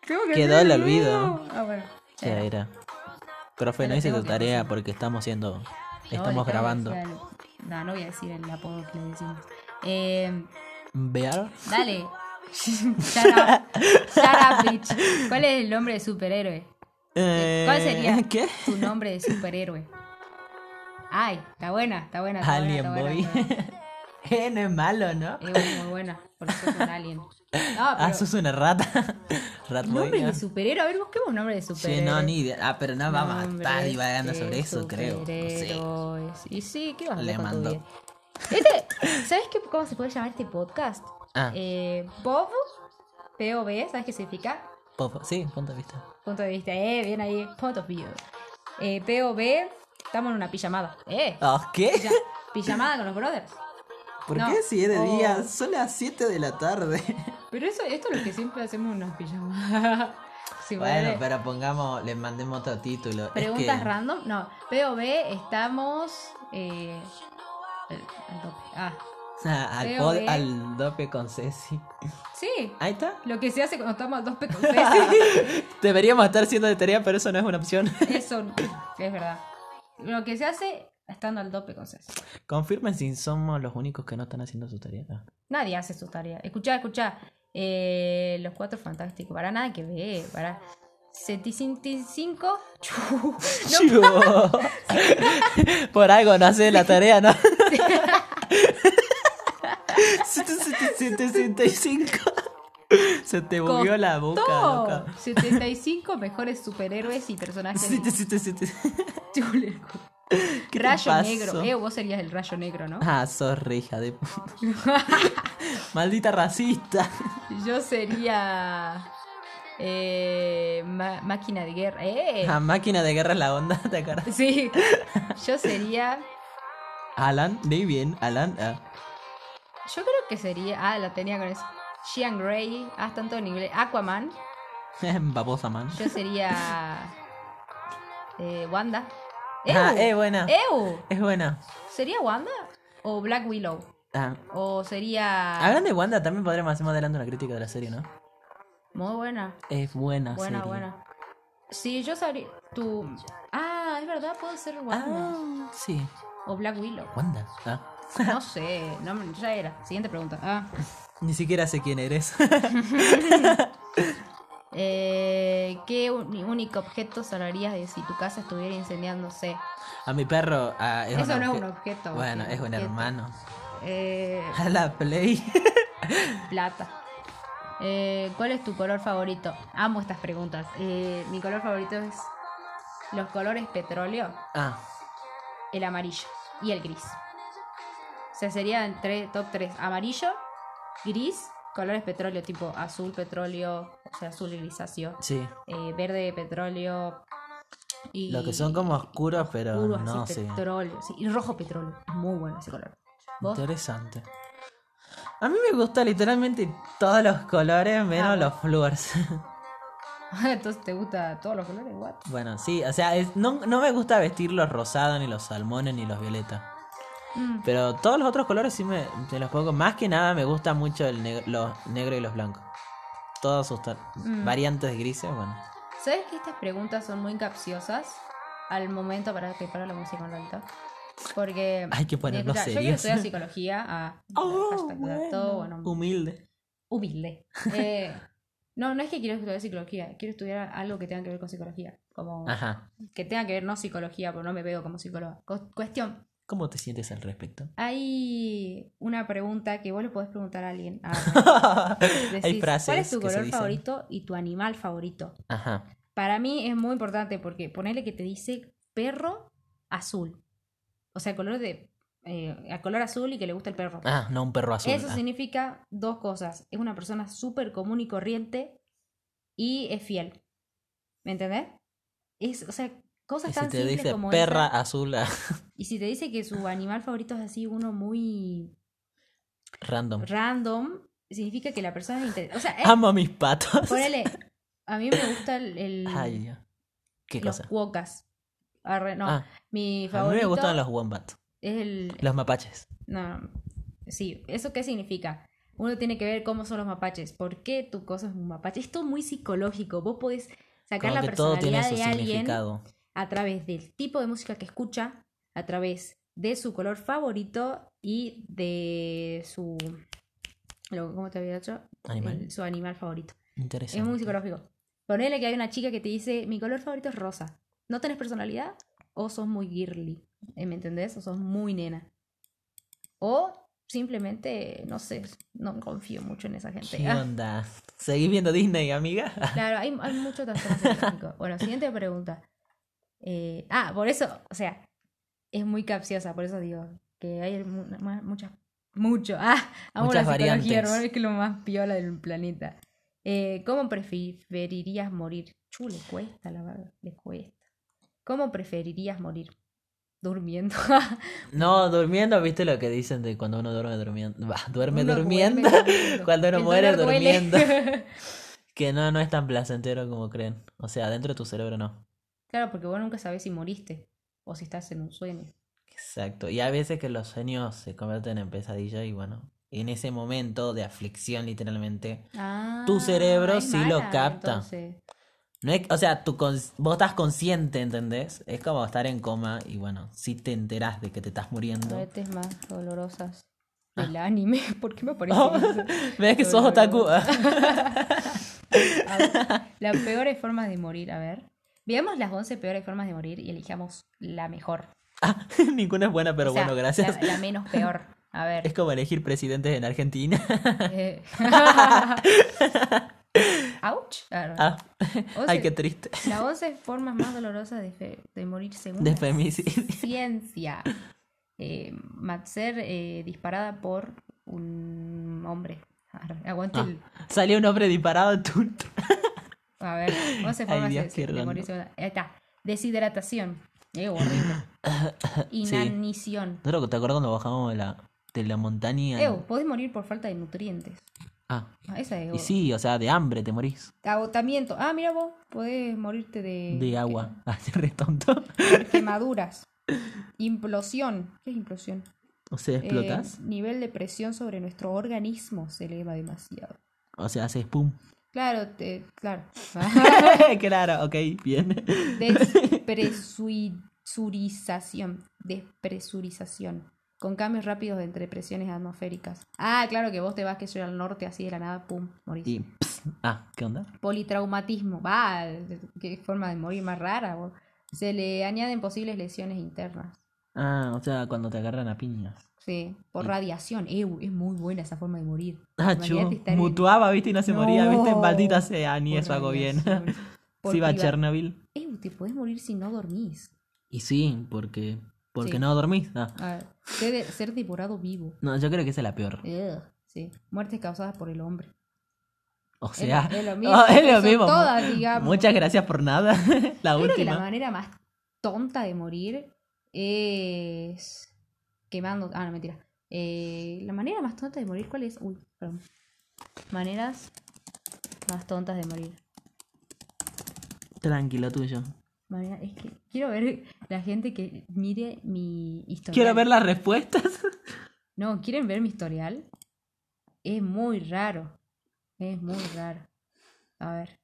Tengo que
Quedó
hacer
el olvido.
nuevo. Ah, bueno.
Ya era. Profe, no
Pero
hice
tengo
tu
que
tarea porque estamos siendo. Estamos
No, ahorita
grabando.
voy a decir algo. No, no voy a decir el apodo que le decimos. Eh,
¿Bear?
dale. Shut up. Shut up, bitch. ¿Cuál es el nombre de superhéroe?
Eh,
¿Cuál sería
¿Qué?
tu nombre de superhéroe? Ay, está buena, está buena. Está buena,
Alien
está buena,
Boy.
está buena.
eh, no es malo, ¿no?
Es muy- muy buena, porque sos un alien. No,
Ah,
pero
sos una rata. Rat
nombre
Boy. ¿no?
de superhéroe. A ver, busquemos nombre de superhéroe.
Sí, no, ni idea. Ah, pero no vamos a estar
Nombres
divagando
de
sobre eso, creo. No sé.
superhéroes. Y sí, ¿qué vas a
Le
hacer con tu
mando.
vida? Este, ¿Sabes qué, cómo se puede llamar este podcast?
Ah.
Eh, Bob, POV, ¿sabes qué significa?
Popo- Sí, punto de vista.
Punto de vista, eh, bien ahí, point of view. Eh, POV, estamos en una pijamada, eh.
Ah, ¿Qué?
pija- pijamada con los brothers.
¿Por
No.
qué si es de
Oh.
día? Son las 7 de la tarde.
Pero eso, esto es lo que siempre hacemos en unas pijamadas. Si
Bueno,
puede.
pero pongamos, le mandemos otro título. Es
Preguntas
que-
random. No, POV estamos. Eh, al- al tope. Ah,
Ah, al,
Creo
pod-
que-
al dope con Ceci.
sí.
Ahí está.
Lo que se hace cuando estamos dos pecoceses.
Deberíamos estar siendo de tarea, pero eso no es una opción.
Eso es verdad. Lo que se hace estando al dos pecoceses.
Confirmen si somos los únicos que no están haciendo su tarea. Ah.
Nadie hace su tarea. Escuchá, escuchá. Eh, los cuatro fantásticos. Para nada que ver. Para 75. Chu.
Por algo no hace la tarea, ¿no? 75. Se te movió la boca,
Costó.
loca.
75 mejores superhéroes y personajes.
Siete, siete, siete.
Chuleco.
¿Qué te
Rayo
pasó?
negro. Eh, vos serías el rayo negro, ¿no?
Ah, sos re hija de... Maldita racista.
Yo sería. eh, ma- máquina de guerra. Eh.
La máquina de guerra es la onda, ¿te acuerdas?
Sí. Yo sería.
Alan, muy bien, Alan. ah.
Yo creo que sería. Ah, la tenía con eso. Shean Grey. Ah, tanto en inglés. Aquaman.
Babosa man.
Yo sería. eh, Wanda.
Ah,
¡Ew!
eh, buena.
¡Ew!
Es buena.
¿Sería Wanda? ¿O Black Willow?
Ah.
¿O sería.?
Hablando de Wanda, también podremos hacer más adelante una crítica de la serie, ¿no?
Muy buena.
Es buena,
Buena,
serie.
buena. Sí, yo sabría. Tu. Ah, es verdad, puedo ser Wanda.
Ah, sí.
O Black Willow.
Wanda. Ah.
No sé, no, me- ya era. Siguiente pregunta. Ah.
Ni siquiera sé quién eres.
Eh, ¿Qué uni- único objeto salvarías de si tu casa estuviera incendiándose?
A mi perro. ah, es
Eso
un
no es
obje-
un objeto,
Bueno,
sí,
es un
objeto.
hermano.
Eh,
A la play.
plata. Eh, ¿Cuál es tu color favorito? Amo estas preguntas. Eh, mi color favorito es los colores petróleo,
ah.
el amarillo y el gris. O sea, sería entre top 3. Amarillo, gris, colores petróleo, tipo azul, petróleo, o sea, azul grisáceo,
Sí.
eh, verde, petróleo. Y
Lo que son como oscuros, pero
oscuro, así,
no sé.
petróleo. sí, y rojo petróleo. Es Muy bueno ese color. ¿Vos?
Interesante. A mí me gusta literalmente todos los colores menos
bueno.
los flúors.
Entonces te gusta todos los colores, what?
bueno, sí, o sea, es- no, no me gusta vestir los rosados, ni los salmones, ni los violetas.
Mm.
Pero todos los otros colores sí me, me los pongo. Más que nada me gusta mucho el neg- los negros y los blancos. Todas sus tar-
Mm.
variantes de grises, bueno.
¿Sabes que estas preguntas son muy capciosas al momento para que para la música en alto? Porque
Hay que ponernos
escuchá, yo quiero
serios.
estudiar psicología a
Oh,
hashtag dato,
bueno. Um.
bueno,
Humilde.
humilde. Eh, no, no es que quiero estudiar psicología, quiero estudiar algo que tenga que ver con psicología, como
Ajá.
que tenga que ver no psicología, porque no me veo como psicóloga. Cu- cuestión,
¿Cómo te sientes al respecto?
hay una pregunta que vos le podés preguntar a alguien. Ah,
Hay
decís,
frases
¿Cuál es tu
que se
color
dicen.
favorito y tu animal favorito?
Ajá.
Para mí es muy importante porque ponerle que te dice perro azul. O sea, color de. eh, a color azul y que le gusta el perro.
Ah, no, un perro azul.
Eso
Ah,
significa dos cosas. Es una persona súper común y corriente y es fiel. ¿Me entendés? Es, o sea,
Ah,
cosas
Y si
tan
te
simples
dice
como
perra
esa.
azul, ah,
Y si te dice que su animal favorito es así, uno muy
random. Ah,
random, significa que la persona es interesante. O sea, es-
Amo a mis patos.
ponele. A mí me gusta el. el-
Ay, Dios. ¿Qué
los
cosa?
wokas. Arre, no,
Ah,
mi
a mí
favorito
me gustan los wombats.
es el...
Los mapaches.
No, sí, ¿eso qué significa? Uno tiene que ver cómo son los mapaches, por qué tu cosa es un mapache. Esto es muy psicológico, vos podés sacar
Como
la
que todo tiene
personalidad
su
de alguien
significado.
a través del tipo de música que escucha, a través de su color favorito y de su... lo- ¿Cómo te había dicho?
Animal.
El- su animal favorito.
Interesante.
Es muy psicológico. Ponele que hay una chica que te dice, mi color favorito es rosa. ¿No tenés personalidad? O sos muy girly. eh, ¿Me entendés? O sos muy nena. O simplemente, no sé, no confío mucho en esa gente.
¿Qué
Ah,
onda? ¿Seguís viendo Disney, amiga?
claro, hay, hay mucho trastorno psicológico. Bueno, siguiente pregunta. Eh, ah, por eso, o sea, es muy capciosa, por eso digo que hay mu- ma- muchas, mucho. Ah, amo
Muchas
la psicología,
variantes.
hermano, es que es lo más piola del planeta. Eh, ¿Cómo preferirías morir? Chu, le cuesta, la verdad, le cuesta. ¿Cómo preferirías morir? Durmiendo.
No, durmiendo, ¿viste lo que dicen de cuando uno duerme durmiendo? Bah, duerme
Uno
durmiendo.
duerme durmiendo.
Cuando uno
El
muere
dolor duele.
durmiendo. Que no, no es tan placentero como creen. O sea, dentro de tu cerebro no.
claro, porque vos nunca sabés si moriste o si estás en un sueño.
Exacto. Y a veces que los sueños se convierten en pesadilla y bueno, en ese momento de aflicción literalmente. Tu cerebro
es
sí lo
mala,
capta.
Ah, entonces.
No es, o sea, tu cons- vos estás consciente, ¿entendés? Es como estar en coma y bueno, si te enterás de que te estás
A
muriendo.
veces más dolorosas.
Ah.
del anime. ¿Por qué me aparece
Oh.
eso?
¿Ves que
No,
sos
no, no.
otaku?
A ver, las peores formas de morir, a ver. Veamos las 11 peores formas de morir y elijamos la mejor.
Ah, ninguna es buena, pero
O sea,
bueno, gracias.
La, la menos peor. A
Es
ver.
como elegir presidentes en Argentina.
eh. Ouch. Ah, no.
Ah, ay,
Once-
qué triste.
Las 11 formas más dolorosas de, fe- de morir según
De
la
femicidio.
ciencia. Eh, ma- ser eh, disparada por un hombre. Arre,
Ah.
Aguante el-
Salió un hombre disparado. tun, tun.
A ver, 11 formas
Dios,
de-
qué
de,
random.
morir según la- Ahí está. Deshidratación. Eh, horrible. Inanición.
Nosotros, ¿Te acuerdas cuando bajamos de la, de la montaña?
Ew, podés morir por falta de nutrientes.
Ah,
Ah, esa es
y sí, o sea, de hambre te morís.
Agotamiento. Ah, mira vos, podés morirte de,
De agua. Ah, te re tonto.
quemaduras. Implosión. ¿Qué es implosión?
O sea,
Eh,
explotás.
nivel de presión sobre nuestro organismo se eleva demasiado.
O sea, haces pum.
Claro, te- claro.
claro, ok, bien.
Despresurización. Despresurización. Con cambios rápidos entre presiones atmosféricas. Ah, claro que vos te vas que soy al norte así de la nada, pum, morís.
Y. ps, ah, ¿qué onda?
Politraumatismo. Va, qué forma de morir más rara. vos. Se le añaden posibles lesiones internas.
Ah, o sea, cuando te agarran a piñas.
Sí, por
Y-
radiación. Ew, es muy buena esa forma de morir.
Ah,
Imagínate
chu,
estar en-
mutuaba, viste, y no se moría, viste,
No.
maldita sea, ni
por
eso hago bien.
radiación, por
Sí, va a
priva-
Chernobyl.
Ew, te podés morir si no dormís.
Y sí, porque. Porque
Sí.
no dormís. Ah,
A ver, ser, de- ser devorado vivo.
No, yo creo que esa es la peor.
Ugh, sí, muertes causadas por el hombre.
O sea,
es lo mismo,
ah, es
pero
lo
son
mismo.
todas, digamos.
Muchas gracias por nada. la
Creo que
última.
la manera más tonta de morir es quemando. Ah, no, mentira. Eh, la manera más tonta de morir, ¿cuál es? Uy, perdón. Maneras más tontas de morir.
Tranquilo, tuyo.
Manera- es que quiero ver la gente que mire mi historial.
Quiero ver las respuestas.
No, ¿quieren ver mi historial? Es muy raro. Es muy raro. A ver.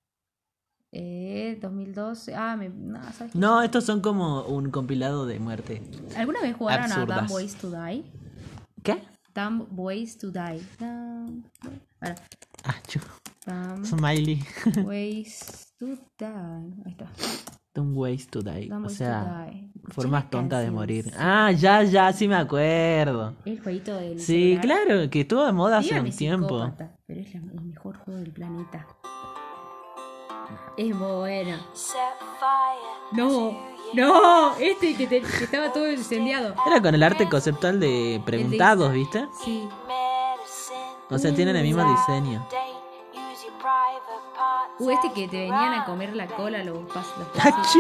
Eh, 2012. Ah, me. No, ¿sabes qué?
No, estos son como un compilado de muerte.
¿Alguna vez jugaron a
Absurdas.
Dumb Ways to Die?
¿Qué?
Dumb Ways to Die. Dumb, para,
Ah, chu.
Dumb
Smiley.
Ways to Die. Ahí está.
Don't waste to die.
Dumb
o
Ways
sea,
to Die. Escuchá
formas
la
tontas de
canción.
morir. Ah, ya, ya, sí me acuerdo.
El jueguito del.
Sí,
celular.
claro, que estuvo de moda hace
Dígame
un tiempo.
psicópata, pero es la- el mejor juego del planeta. Es bueno.
Set fire.
No, no, este que, te- que estaba todo incendiado.
Era con el arte conceptual de preguntados, ¿viste?
Sí.
Medicine.
O sea, tienen el mismo diseño.
Date. Use your private parts.
O este que te venían a comer la cola los pasos.
Achú.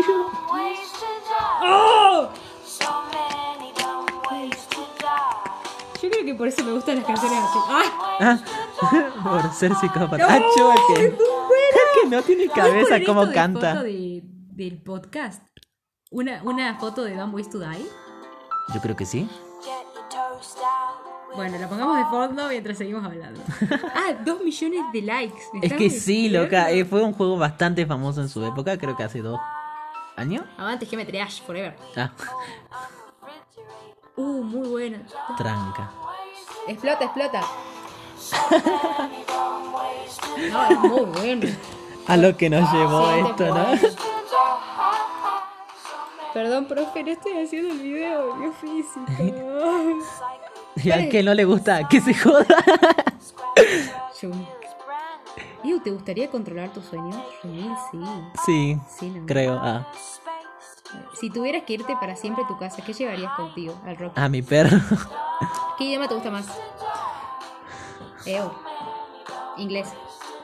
Ways to die.
¡Ah!
So many dumb ways to die.
Yo creo que por eso me gustan las canciones así. ¡Ah!
Ah, por ser psicópata. Achú, el Ah, que, el que no tiene cabeza, como canta.
del podcast? Una, una foto de Van Ways to Die.
Yo creo que sí.
Get your toast out.
Bueno, la pongamos de fondo mientras seguimos hablando. Ah, dos millones de likes. ¿Me
Es
estás
que sí,
diciendo?
loca. eh, fue un juego bastante famoso en su época, creo que hace dos años.
Avantes que me trash forever.
Ah,
Uh, muy buena.
tranca.
Explota, explota. No, es muy bueno.
A lo que nos llevó
Siguiente
esto, ¿no?
Perdón, profe, no estoy haciendo el video biofísico.
Y al que no le gusta, que se joda.
Yum. Iu, ¿te gustaría controlar tus sueños? Yumil, sí.
Sí,
Sí, no.
creo. Ah,
Si tuvieras que irte para siempre a tu casa, ¿qué llevarías contigo al rock?
a mi perro. Ah.
¿Qué idioma te gusta más? Eo. Inglés.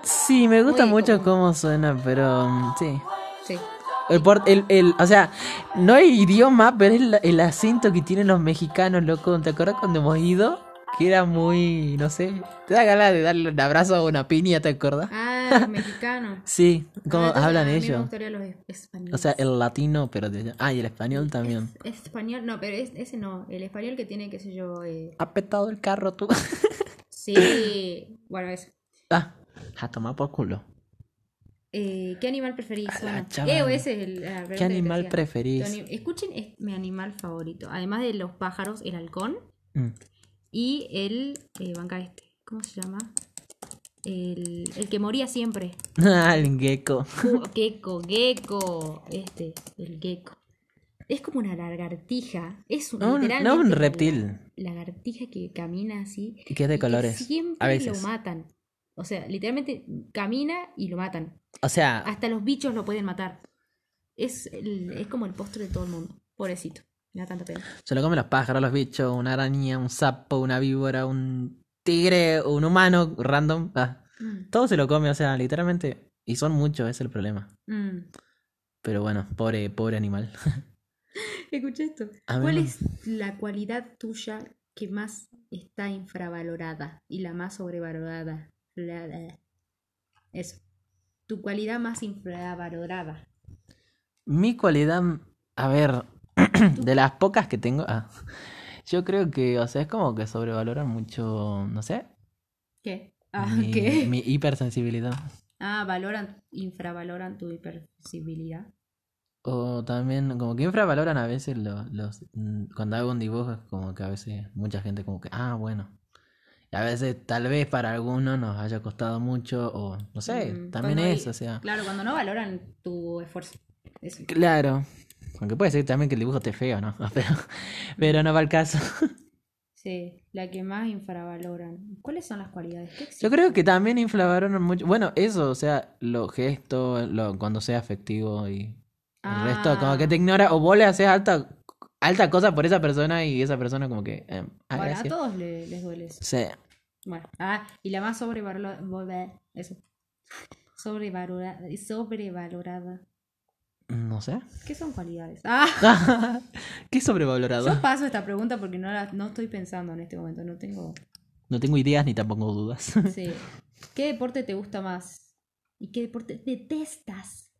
Sí, me gusta
Muy
mucho
común.
cómo suena, pero mm, sí.
Sí.
El, por- el, el- o sea, no el idioma, pero el, el acento que tienen los mexicanos, loco. ¿Te acuerdas cuando hemos ido? Que era muy, no sé. Te da ganas de darle un abrazo a una piña, ¿te acuerdas?
Ah, los mexicanos.
Sí, como
Ah, entonces
hablan
a mí Me
ellos.
gustaría los es- españoles.
O sea, el latino, pero de allá. Ah, y el español también.
español, no, pero es- ese no. El español que tiene, qué sé yo. eh,
Ha petado el carro tú.
Sí. bueno, ese.
ah, a tomar por culo.
Eh, ¿Qué animal preferís?
A la
Bueno,
chavala.
eh, o ese es el, la pregunta
¿Qué
que te
animal
hacía.
preferís?
Tu ani- Escuchen es mi animal favorito. Además de los pájaros, el halcón
Mm.
y el eh, banca este. ¿Cómo se llama? El, el que moría siempre.
Ah, el gecko.
Cu- Gecko, gecko. Este, el gecko. Es como una lagartija. Es un,
No, un-
literalmente
no un
una
reptil.
Lagartija que camina así.
Y que es de
y
colores.
siempre
a veces.
lo matan. O sea, literalmente camina y lo matan.
O sea,
Hasta los bichos lo pueden matar. Es, el- es como el postre de todo el mundo. Pobrecito. Me da tanta pena.
se lo comen los pájaros, los bichos, una araña, un sapo, una víbora, un tigre, un humano random. Ah,
Mm,
todo se lo come, o sea, literalmente. Y son muchos, es el problema.
mm.
Pero bueno, pobre, pobre animal.
Escuché esto.
A ver.
¿Cuál es la cualidad tuya que más está infravalorada y la más sobrevalorada? La- la- Eso. Tu cualidad más infravalorada.
Mi cualidad, a ver, de las pocas que tengo, ah, yo creo que, o sea, es como que sobrevaloran mucho, no sé,
¿Qué? Ah,
mi,
¿qué?
mi hipersensibilidad.
Ah, valoran, infravaloran tu hipersensibilidad.
O también, como que infravaloran a veces los, los, mm, cuando hago un dibujo, es como que a veces mucha gente como que, ah, bueno. Y a veces tal vez para algunos nos haya costado mucho, o no sé,
Mm,
también
cuando hay-
es, o sea.
Claro, cuando no valoran tu esfuerzo. Eso.
Claro. Aunque puede ser también que el dibujo esté feo, ¿no? Pero, pero no va al caso.
Sí, la que más infravaloran. ¿Cuáles son las cualidades que
Yo creo que también inflamaron mucho. Bueno, eso, o sea, los gestos, lo, cuando sea afectivo y el resto, como
Ah.
que te ignora. O vos le haces alta, alta cosa por esa persona y esa persona, como que. eh, ah,
Bueno, a
gracias.
todos le- les duele eso.
Sí.
Bueno, ah, y la más sobrevalorada. Eso. Sobrevalora- sobrevalorada.
No sé.
¿Qué son cualidades? Ah,
Qué sobrevalorado.
yo paso esta pregunta porque no, la, no estoy pensando en este momento. No tengo.
No tengo ideas ni tampoco dudas.
Sí. ¿Qué deporte te gusta más? ¿Y qué deporte detestas?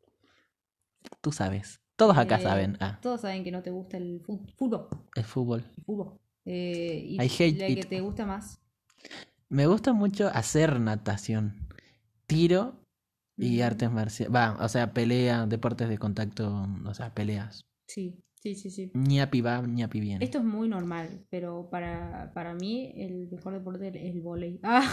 Tú sabes. Todos acá
Eh,
saben. Ah,
Todos saben que no te gusta el fu- fútbol.
el fútbol.
El fútbol. Eh, y
I hate
la
it.
que te gusta más.
Me gusta mucho hacer natación, tiro y
Ujú.
artes marciales. Va, o sea, pelea, deportes de contacto, o sea, peleas.
Sí, sí, sí, sí.
Ñapi va, ñapi viene.
Esto es muy normal, pero para, para mí el mejor deporte es el vóley. Ah,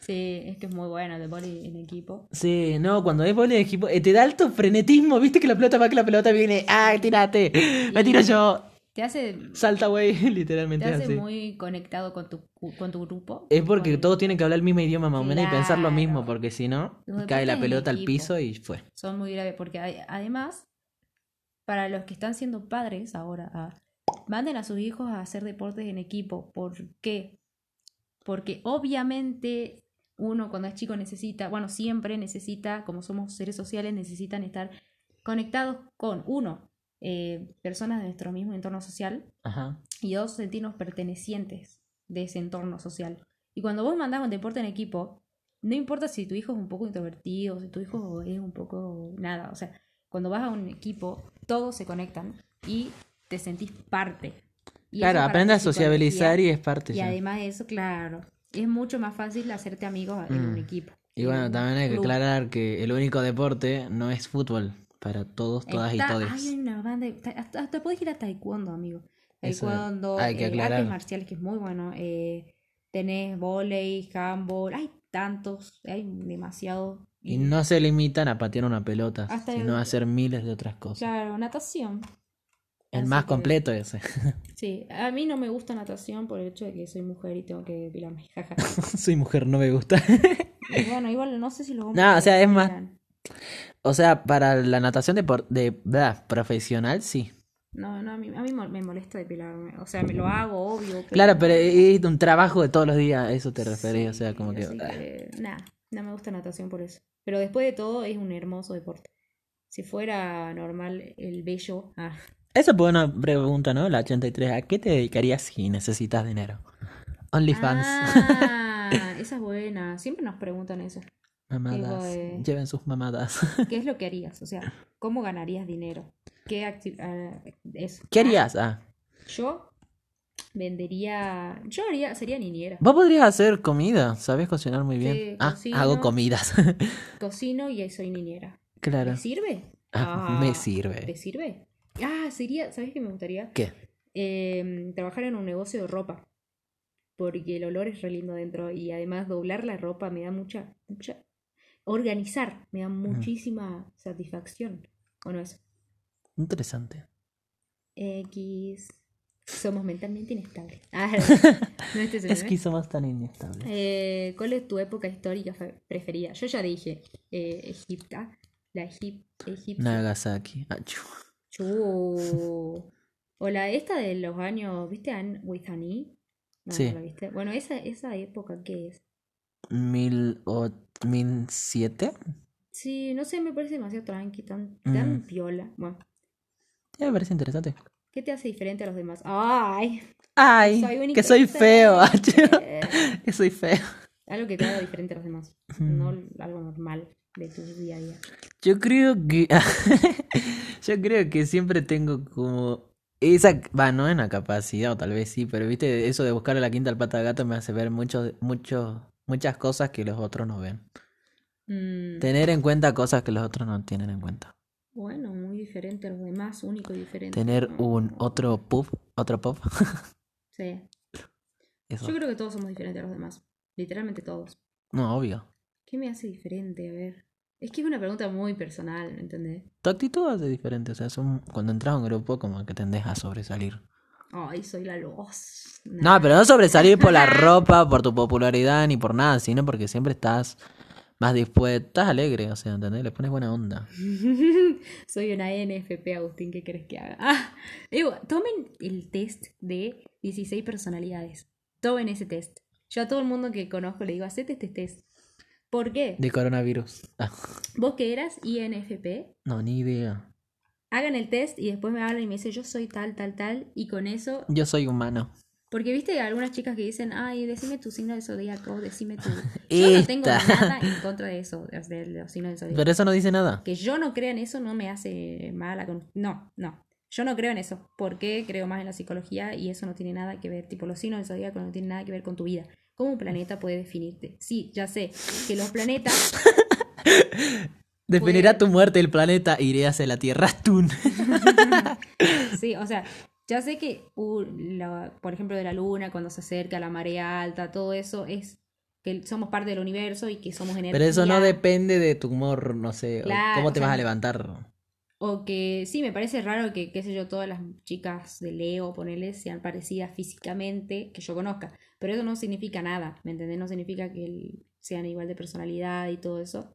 sí, es que es muy bueno el vóley en equipo.
Sí, no, cuando es vóley de equipo, eh, te da alto frenetismo, viste que la pelota va, que la pelota viene, ah, tírate, me tiro yo,
Te hace,
salta güey,
te
literalmente es
hace
así.
muy conectado con tu, cu- con tu grupo.
Es porque
con-
todos tienen que hablar el mismo idioma más o menos y pensar lo mismo,
Claro.
porque si no,
Los
cae la
deportes en
pelota al
equipo.
piso y fue.
Son muy graves, porque hay- además, para los que están siendo padres ahora, ah, manden a sus hijos a hacer deportes en equipo. ¿Por qué? Porque obviamente uno cuando es chico necesita, bueno, siempre necesita, como somos seres sociales, necesitan estar conectados con, uno, eh, personas de nuestro mismo entorno social,
Ajá.
y dos, sentirnos pertenecientes de ese entorno social. Y cuando vos mandás un deporte en equipo, no importa si tu hijo es un poco introvertido, si tu hijo es un poco nada, o sea, cuando vas a un equipo, todos se conectan y te sentís parte. Y
Claro,
eso
aprende a
parte de
sociabilizar y este,
psicología.
es parte.
Y
sí.
además de eso, claro, es mucho más fácil hacerte amigos en un
Mm.
equipo.
Y
en
bueno,
un
también hay que
club.
aclarar que el único deporte no es fútbol, para todos, todas y
Está-
todes.
Hay una banda, de- ta- hasta, hasta podés ir a taekwondo, amigo.
Eso
Taekwondo,
hay que
eh,
aclarar.
artes marciales, que es muy bueno. eh, tenés volei, handball, hay tantos, hay demasiado.
Y no se limitan a patear una pelota,
Hasta
sino a
el-
hacer miles de otras cosas.
Claro, natación.
El
Así
más
que-
completo ese.
Sí, a mí no me gusta natación por el hecho de que soy mujer y tengo que depilarme. jaja.
Soy mujer, no me gusta.
Y bueno, igual no sé si los hombres
No, o
se
sea, es más-
depilan.
o sea, para la natación de, por- de verdad, profesional, sí.
No, no, a mí, a mí mo- me molesta depilarme. O sea, me lo hago, obvio. pero
Claro, pero
no.
es un trabajo de todos los días, a eso te referís, o sea,
Sí,
como que...
así
ah.
Nada, no me gusta natación por eso. Pero después de todo es un hermoso deporte. Si fuera normal el bello... ah,
Esa fue una pregunta, ¿no? La 83, ¿a qué te dedicarías si necesitas dinero? OnlyFans.
Ah, esa es buena. Siempre nos preguntan eso.
Mamadas.
de-
Lleven sus mamadas.
¿Qué es lo que harías? O sea, ¿cómo ganarías dinero? ¿Qué acti- ah, eso.
¿Qué harías? Ah,
Yo vendería... Yo haría, sería niñera.
vos podrías hacer comida, sabes cocinar muy bien.
Sí,
ah,
cocino.
hago comidas.
Cocino y soy niñera.
claro.
¿Me sirve?
Ah, me
¿Te
sirve.
sirve? Ah, sería... ¿Sabes qué me gustaría?
¿Qué?
em, trabajar en un negocio de ropa. porque el olor es re lindo dentro y además doblar la ropa me da mucha, mucha, organizar me da muchísima satisfacción, ¿o no es?
Interesante.
X, somos mentalmente inestables. Ah, no este es el
Es
meme.
que somos tan inestables.
Eh, ¿Cuál es tu época histórica fe- preferida? Yo ya dije, eh, Egipta, la Egip Egipcia.
Nagasaki. Ah, chu.
Chu. O la esta de los años, ¿viste? An with an E. No,
Sí.
no la viste. Bueno, esa, esa época, ¿qué es?
Mil o- mil siete.
Sí, no sé, me parece demasiado tranqui, tan, tan
Mm.
piola. Bueno,
Ya me parece interesante.
¿qué te hace diferente a los demás? ¡Ay!
Ay,
Soy un
que soy
imperfecto.
feo. ah, chu.
Eh,
que soy feo.
algo que te haga diferente a los demás,
Mm.
no algo normal de tu día a día.
Yo creo que. Yo creo que siempre tengo como. Esa. Va, no es una capacidad, o tal vez sí, pero viste, eso de buscar a la quinta al pata de gato me hace ver muchos, muchos, muchas cosas que los otros no ven.
Mm,
Tener en cuenta cosas que los otros no tienen en cuenta.
bueno, muy diferente a los demás, único y diferente.
Tener
¿no?
un otro pub, otro pop.
Sí.
Eso.
Yo creo que todos somos diferentes a los demás. Literalmente todos.
No, obvio.
¿Qué me hace diferente? A ver. Es que es una pregunta muy personal, ¿me entendés?
Tu actitud hace diferente, o sea, son- cuando entras a un grupo como que tendés a sobresalir.
Ay, soy la luz.
No, pero no sobresalir por la ropa, por tu popularidad, ni por nada, sino porque siempre estás más dispuesto, estás alegre, o sea, ¿entendés? Le pones buena onda.
soy una NFP, Agustín, ¿qué crees que haga? Ah, digo, tomen el test de 16 personalidades. Tomen ese test. Yo a todo el mundo que conozco le digo, hacete este test. ¿Por qué?
De coronavirus. Ah,
Vos que eras INFP,
no, ni idea.
hagan el test y después me hablan y me dicen, yo soy tal, tal, tal, y con eso
Yo soy humano.
Porque viste algunas chicas que dicen, ay, decime tu signo de zodíaco, decime tu. Yo no tengo
Esta.
nada en contra de eso, de de los signos de zodíaco.
Pero eso no dice nada.
Que yo no crea en eso no me hace mala con. No, no. Yo no creo en eso. Porque creo más en la psicología y eso no tiene nada que ver. Tipo, los signos del zodíaco no tienen nada que ver con tu vida. ¿Cómo un planeta puede definirte? Sí, ya sé que los planetas.
Definirá tu muerte el planeta, iré hacia la Tierra, tú.
Sí, o sea, ya sé que, uh, la- por ejemplo, de la luna, cuando se acerca la marea alta, todo eso es que somos parte del universo y que somos energía.
Pero eso no depende de tu humor, no sé, o
Claro,
cómo te
o sea,
vas a levantar.
O que sí, me parece raro que, qué sé yo, todas las chicas de Leo, ponele, sean parecidas físicamente que yo conozca. Pero eso no significa nada, ¿me entendés? No significa que el- sean igual de personalidad y todo eso.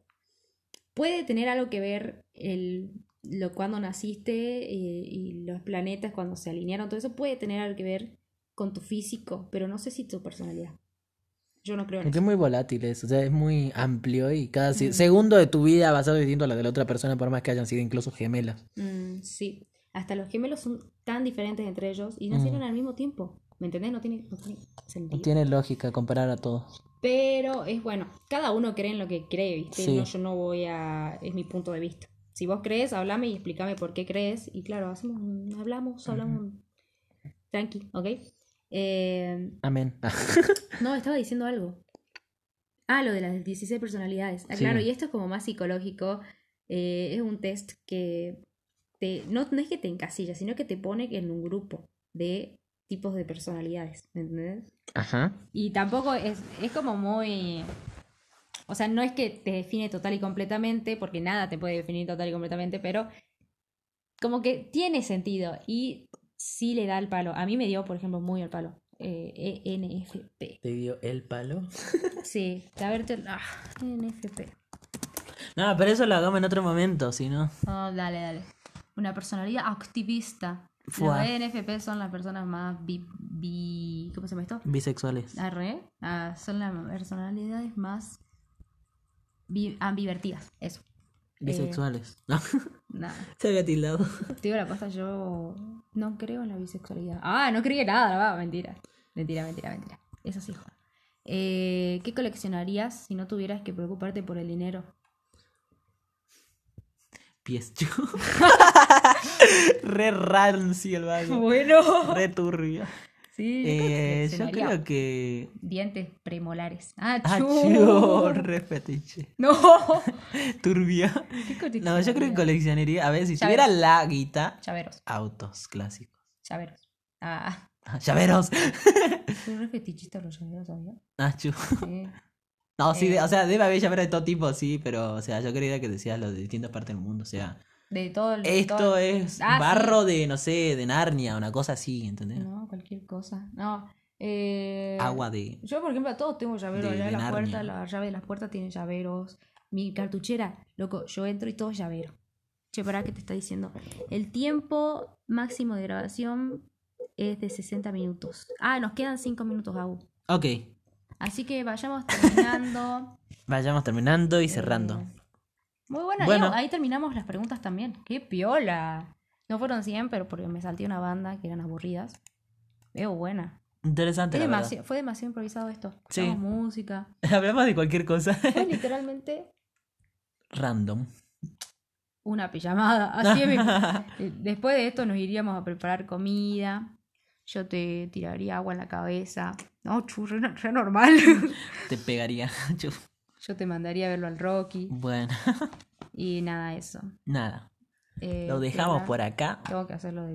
Puede tener algo que ver el, lo cuando naciste eh, y los planetas cuando se alinearon, todo eso puede tener algo que ver con tu físico, pero no sé si tu personalidad. Yo no creo en
Porque
eso.
es muy volátil eso, o sea, es muy amplio y cada se- segundo de tu vida va a ser distinto a la de la otra persona, por más que hayan sido incluso gemelas.
Mm, sí, hasta los gemelos son tan diferentes entre ellos y nacieron al mismo tiempo. ¿Me entendés? No tiene, no tiene
No
sentido.
tiene lógica comparar a todos.
Pero es bueno, cada uno cree en lo que cree, ¿viste?
Sí.
No, yo no voy a... es mi punto de vista. Si vos crees, hablame y explícame por qué crees. Y claro, hacemos, un- hablamos, hablamos tranqui, ¿ok? Eh,
Amén.
no, estaba diciendo algo. Ah, lo de las 16 personalidades. Ah,
Sí.
claro, y esto es como más psicológico. Eh, es un test que te, no, no es que te encasilla, sino que te pone en un grupo de tipos de personalidades, ¿me entendés?
Ajá.
Y tampoco es, es como muy... O sea, no es que te define total y completamente, porque nada te puede definir total y completamente, pero como que tiene sentido y sí le da el palo. A mí me dio, por ejemplo, muy el palo. Eh, ENFP.
¿Te dio el palo?
Sí, a ver, te- ah, ENFP.
No, pero eso lo hagamos en otro momento, si no.
Oh, dale, dale. Una personalidad activista.
Fua.
Los ENFP son las personas más bi... bi- ¿Cómo se llama esto?
Bisexuales.
Arre, ah, son las personalidades más vi- ambivertidas, eso. Eh,
Bisexuales. No,
Nada.
se había tildado.
Te digo la pasta, yo no creo en la bisexualidad. Ah, no creí en nada, va, mentira. Mentira, mentira, mentira. Eso sí, joda. Eh, ¿Qué coleccionarías si no tuvieras que preocuparte por el dinero?
Pies chu. Re rancio el vago.
Bueno.
Re turbio.
Sí, yo creo que
Eh, yo
coleccionaría
creo que.
Dientes premolares. Ah,
Ah, chu,
chu.
re fetiche.
No.
Turbio.
¿Qué
No, yo creo que
coleccionaría?
coleccionaría. A ver, si
Llaveros.
tuviera la guita,
Llaveros,
autos clásicos.
llaveros. Ah,
Ah, Llaveros.
Soy re fetichista los llaveros, ¿sabía?
Nachu.
Sí.
No, sí, de-
Eh.
o sea, debe haber llaveros de todo tipo, sí, pero, o sea, yo quería que decías los de distintas partes del mundo, o sea,
De todo el. de
esto
todo el-
es
Ah, sí.
barro de, no sé, de Narnia, una cosa así, ¿entendés?
No, cualquier cosa. No. eh,
Agua de...
Yo, por ejemplo, a todos tengo llaveros.
De-
la llave
de
de las puertas,
Narnia.
la llave de las puertas tiene llaveros. Mi cartuchera, loco, yo entro y todo es llavero. Che, pará, ¿qué te está diciendo? El tiempo máximo de grabación es de 60 minutos. Ah, nos quedan 5 minutos aún.
Ok,
Así que vayamos terminando.
vayamos terminando y cerrando.
Eh, Muy buena.
Bueno.
Leo, ahí terminamos las preguntas también. ¡Qué piola! No fueron 100, pero porque me salté una banda que eran aburridas. Veo buena.
Interesante,
Es
la verdad.
demasi- fue demasiado improvisado esto.
Sí.
Hacemos música.
Hablamos de cualquier cosa.
Fue literalmente
Random.
una pijamada. Así es. mi- eh, Después de esto nos iríamos a preparar comida. Yo te tiraría agua en la cabeza. No, churro, re normal.
Te pegaría. Chu.
Yo te mandaría a verlo al Rocky.
Bueno,
Y nada, eso.
nada.
Eh,
Lo dejamos
tendrá-
por acá.
Tengo que hacerlo de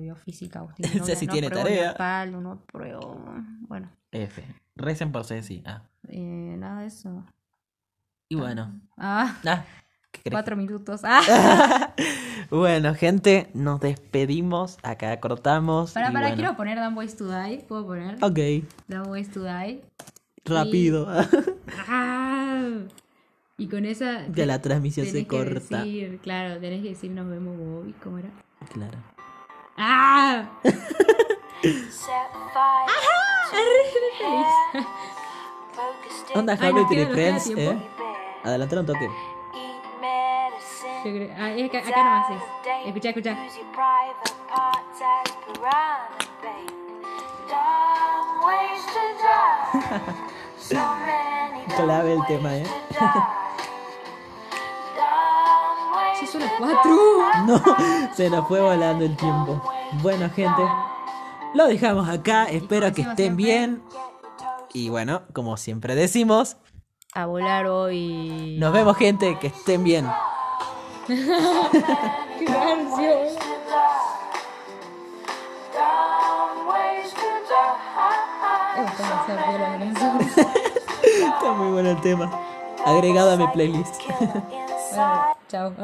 biofísica, Agustín.
Ese
No,
sí
no
tiene
apruebo
tarea.
ni palo, no apruebo. Bueno,
F. Recen por Ceci. Ah.
eh, nada de eso.
Y bueno.
Ah,
Ah, ¿qué crees?
cuatro minutos. Ah,
Bueno, gente, nos despedimos. Acá cortamos.
para,
y
para,
bueno.
quiero poner Dan Boys to Die. ¿Puedo poner?
Ok,
Dan Boys to Die.
rápido.
Ah, y con esa.
ya la transmisión
tenés
se
que
corta.
decir, claro, tenés que decir nos vemos, Bobby. ¿Cómo era?
Claro.
¡Ah!
Set fire to your hair. Focus it
Onda
on
Halo y
nos queda-
Tire
nos queda
Friends,
tiempo.
¿eh?
your bed.
Adelantaron un toque.
Eat medicine.
Yo creo- ah, es que acá nomás es. Escucha, escucha.
Use your private parts as piranha bait. Dumb ways to die. So many dumb
Clave el tema, ¿eh?
ways to die. Dumb ways
Sí, son las
to
cuatro.
die.
No, se nos fue volando el tiempo. Bueno, gente, lo dejamos acá. Espero que
decimos
estén
siempre,
bien.
Get your toes
Y bueno, como siempre decimos,
A volar hoy.
nos vemos, gente. Que estén bien.
Qué canción.
to die. Dumb ways to die.
Me gusta demasiado el pelo de la canción.
Está muy bueno el tema. Agregado a mi playlist.
Killer inside.
Bueno, Chao.